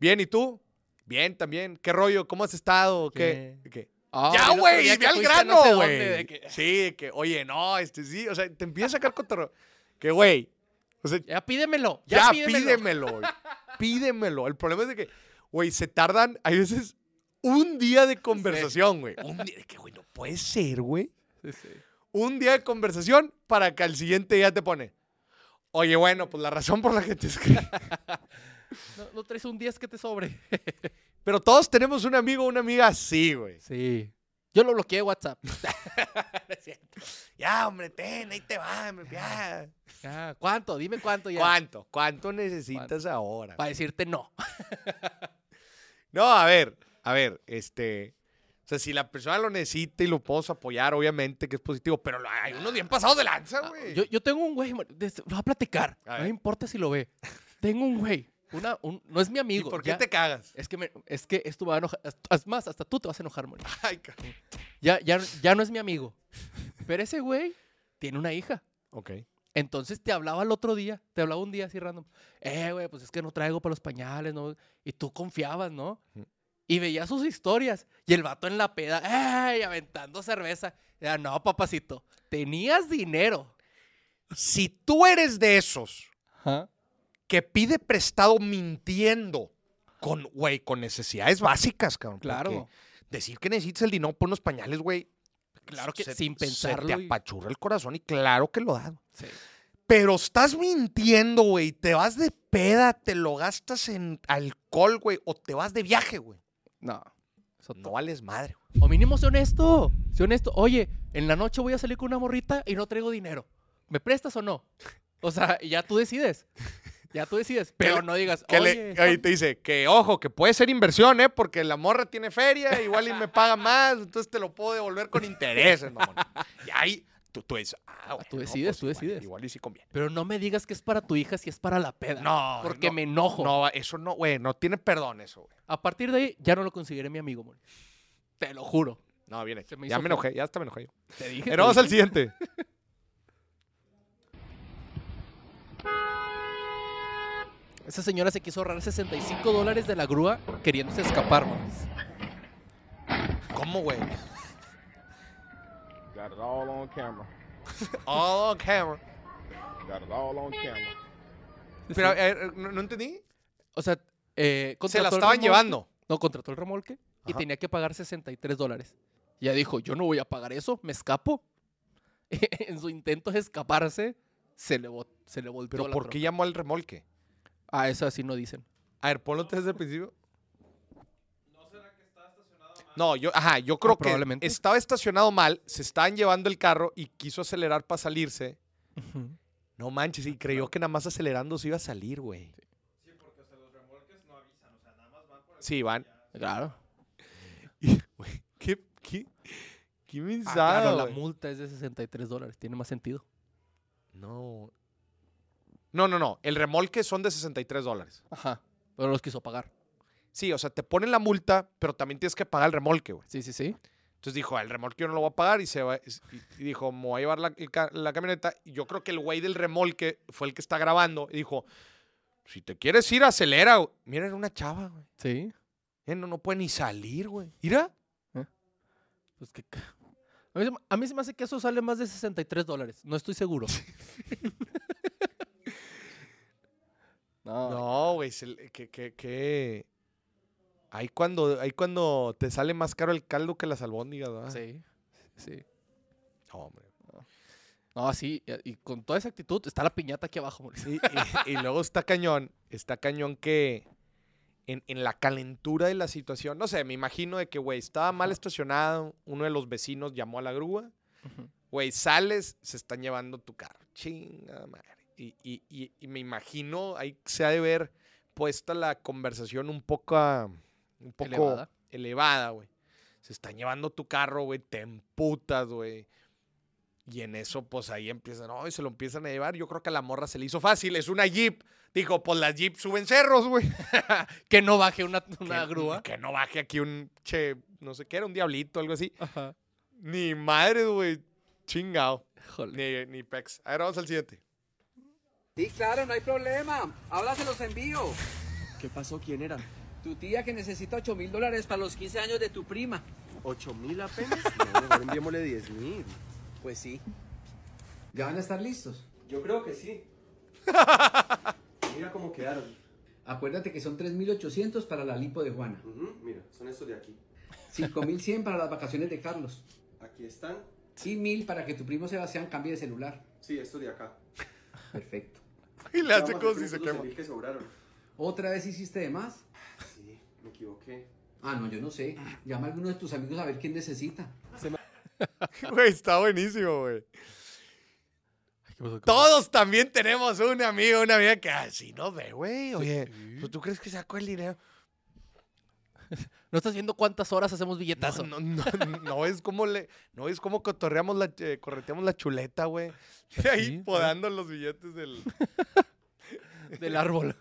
A: ¿Bien? ¿Y tú? Bien también. ¿Qué rollo? ¿Cómo has estado? ¿Qué? ¿Qué?
B: Ah, el
A: ya,
B: otro
A: güey,
B: día
A: ve
B: que
A: al
B: fuiste a no sé
A: grano,
B: dónde,
A: güey.
B: de que-
A: Sí, de que, oye, no, este sí, o sea, te empieza a sacar cotorreo. Que, güey, o sea,
B: Ya pídemelo.
A: ya,
B: Ya, pídemelo.
A: pídemelo, güey. pídemelo. El problema es de que, güey, se tardan, hay veces, un día de conversación, güey. Un día, de que, güey, no puede ser, güey.
B: Sí, sí.
A: Un día de conversación para que al siguiente día te pone, oye, bueno, pues la razón por la que te escribí.
B: No, no traes un 10 que te sobre.
A: Pero todos tenemos un amigo o una amiga así, güey.
B: Sí. Yo lo bloqueé de WhatsApp.
A: Ya, hombre, ten, ahí te va, hombre, ya.
B: Ya, Ah, ¿Cuánto? Dime cuánto ya.
A: ¿Cuánto? ¿Cuánto necesitas ahora?
B: Para decirte no.
A: No, a ver, a ver, este. O sea, si la persona lo necesita y lo podemos apoyar, obviamente que es positivo, pero lo- hay unos bien pasados de lanza, güey.
B: Yo, yo tengo un güey, man, des- lo voy a platicar.
A: A
B: no
A: ver.
B: me importa si lo ve. Tengo un güey. Una, un- no es mi
A: ¿Y
B: amigo.
A: por qué
B: ya-
A: te cagas?
B: Es que, me- es que esto me va a enojar. Es más, hasta tú te vas a enojar, Moni.
A: Ay, cabrón.
B: Ya, ya, ya no es mi amigo. Pero ese güey tiene una hija.
A: Ok.
B: Entonces te hablaba el otro día, te hablaba un día así random. Eh, güey, pues es que no traigo para los pañales, ¿no? Y tú confiabas, ¿no?
A: Ujú.
B: Y veía sus historias. Y el vato en la peda, ¡ay! Aventando cerveza. Era, no, papacito, tenías dinero.
A: Si tú eres de esos que pide prestado mintiendo con, güey, con necesidades básicas, cabrón.
B: Claro.
A: porque Decir que necesitas el dinero por unos pañales, güey.
B: Claro que
A: se-
B: sin pensarlo.
A: Se te
B: y-
A: apachurra el corazón y claro que lo das.
B: Sí.
A: Pero estás mintiendo, güey. Te vas de peda, te lo gastas en alcohol, güey. O te vas de viaje, güey.
B: No. eso
A: No vales madre. güey.
B: O mínimo sé honesto. Sé honesto. Oye, en la noche voy a salir con una morrita y no traigo dinero. ¿Me prestas o no? O sea, y ya tú decides. Ya tú decides. Pero
A: le-
B: no digas,
A: Que
B: oye,
A: le, ahí te dice que ojo, que puede ser inversión, ¿eh? Porque la morra tiene feria, igual y me paga más, entonces te lo puedo devolver con intereses, mamón. Y ahí tú, tú dices, ah, bueno,
B: tú decides, tú
A: igual-
B: decides.
A: Igual y sí conviene.
B: Pero no me digas que es para tu hija si es para la peda.
A: No,
B: Porque
A: no,
B: me enojo.
A: No, eso no, güey, no tiene perdón eso, güey.
B: A partir de ahí ya no lo conseguiré mi amigo, Moni. Te lo juro.
A: No, bien hecho.
B: Se me
A: ya
B: hizo
A: me
B: feo.
A: enojé, ya hasta me enojé yo.
B: Te dije. te
A: Pero vamos al
B: dije.
A: siguiente.
B: Esa señora se quiso ahorrar 65 dólares de la grúa queriéndose escapar, Moni.
A: ¿Cómo, güey?
G: Got it all on camera.
A: All on camera.
G: Got it all on camera.
A: Pero, eh, no, no entendí.
B: O sea, eh,
A: Se la
B: contrató el
A: estaban
B: remolque-
A: llevando.
B: No, contrató el remolque y
A: Ajá.
B: tenía que pagar 63 dólares. Ya dijo, yo no voy a pagar eso, me escapo. en su intento de escaparse, se le, vo- se le volteó
A: Pero
B: la
A: ¿por qué
B: troca.
A: llamó al remolque?
B: Ah, eso así no dicen.
A: A ver, ponlo desde el principio. No, yo, ajá, yo creo que
B: probablemente.
A: estaba estacionado mal, se estaban llevando el carro y quiso acelerar para salirse. No manches, y creyó que nada más acelerando se iba a salir, güey. Sí, van.
B: Claro. Ah,
A: Güey, ¿Qué, qué, qué
B: Ah,
A: mensaje,
B: claro, la
A: güey.
B: multa es de 63 dólares, tiene más sentido.
A: No. No, no, no. El remolque son de 63 dólares.
B: Ajá. Pero los quiso pagar.
A: Sí, o sea, te ponen la multa, pero también tienes que pagar el remolque, güey.
B: Sí, sí, sí.
A: Entonces dijo, el remolque yo no lo voy a pagar y se va, y- y dijo, me voy a llevar la, el ca- la camioneta. Y yo creo que el güey del remolque fue el que está grabando y dijo, si te quieres ir, acelera. güey". Mira, era una chava, güey.
B: Sí.
A: Eh, no, no puede ni salir, güey. Mira.
B: Pues que... ca- A mí, se me- a mí se me hace que eso sale más de 63 dólares. No estoy seguro. no,
A: No, güey, se le- que, que, que... Ahí cuando, ahí cuando te sale más caro el caldo que las albóndigas, ¿verdad?
B: Sí, sí.
A: No, hombre.
B: No, sí, eh, y y con toda esa actitud está la piñata aquí abajo, Mauricio.
A: Y, y- y luego está cañón, está cañón que en, en la calentura de la situación, no sé, me imagino de que, güey, estaba mal estacionado, uno de los vecinos llamó a la grúa,
B: Ujú.
A: güey, sales, se están llevando tu carro, chinga madre. Y, y- y- y me imagino, ahí se ha de ver puesta la conversación un poco, a- un poco
B: Elevada.
A: elevada, güey. Se están llevando tu carro, güey, te emputas, güey. Y en eso, pues ahí empiezan, no, y se lo empiezan a llevar. Yo creo que a la morra se le hizo fácil, es una Jeep. Dijo, pues las Jeep suben cerros, güey.
B: Que no baje una, una
A: Que-
B: grúa.
A: Que no baje aquí un, che, no sé qué era, un diablito, algo así.
B: Ajá.
A: Ni madre, güey. Chingado.
B: Jole.
A: Ni, ni pex. A ver, vamos al siguiente.
H: Sí, claro, no hay problema. Ahora se los envío.
I: ¿Qué pasó? ¿Quién era?
H: Tu tía que necesita 8 mil dólares para los 15 años de tu prima.
I: ¿Ocho mil apenas? No, mejor enviémosle diez mil.
H: Pues sí.
I: ¿Ya van a estar listos? Yo creo que sí. Mira cómo quedaron.
H: Acuérdate que son 3.800 para la lipo de Juana.
I: Ujú, Mira, son estos de aquí.
H: 5.100 para las vacaciones de Carlos.
I: Aquí están.
H: Y 1.000 para que tu primo Sebastián cambie de celular.
I: Sí, estos de acá.
H: Perfecto.
A: Y le hace
I: Vamos a
A: como
I: hacer
A: si se
I: los
A: quema.
I: 11,000 que sobraron.
H: ¿Otra vez hiciste de más?
I: Ah, Sí, me equivoqué.
H: Ah, no, yo no sé. Llama a alguno de tus amigos a ver quién necesita.
A: Güey, está buenísimo, güey.
B: Ay, ¿qué pasó?
A: Todos también tenemos un amigo, una amiga que así no ve, güey. Oye, pues, ¿tú crees que sacó el dinero?
B: ¿No estás viendo cuántas horas hacemos billetazo?
A: No, no, no, no es como le, no es como cotorreamos la, eh, correteamos la chuleta, güey. Y ahí
B: Sí,
A: podando los billetes del.
B: Del árbol.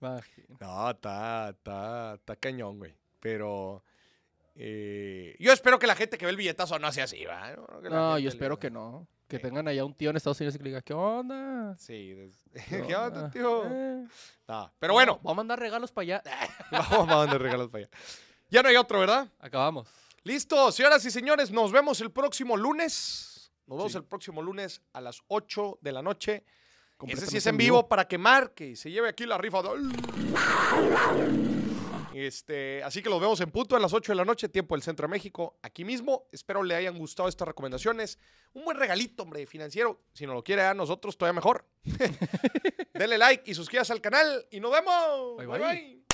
B: Imagino.
A: No, está, está, está cañón, güey. Pero eh, yo espero que la gente que ve el billetazo no sea así, ¿va? Yo creo que la
B: No,
A: gente
B: yo
A: le-
B: espero que no. Que
A: Sí.
B: tengan allá un tío en Estados Unidos y que le diga, ¿qué onda?
A: Sí. des- ¿Qué onda, tío?
B: Eh.
A: No, pero bueno,
B: Vamos a mandar regalos para allá.
A: vamos a mandar regalos para allá. Ya no hay otro, ¿verdad?
B: Acabamos.
A: Listo, señoras y señores, nos vemos el próximo lunes. Nos vemos
B: Sí.
A: el próximo lunes a las 8 de la noche. Ese sí es
B: Completamente
A: en vivo para que marque y se lleve aquí la rifa. del- Este, así que los vemos en punto a las 8 de la noche, tiempo del Centro de México, aquí mismo. Espero le hayan gustado estas recomendaciones. Un buen regalito, hombre, financiero. Si nos lo quiere dar a nosotros, todavía mejor. Denle like y suscríbase al canal y nos vemos.
B: Bye, bye.
A: bye.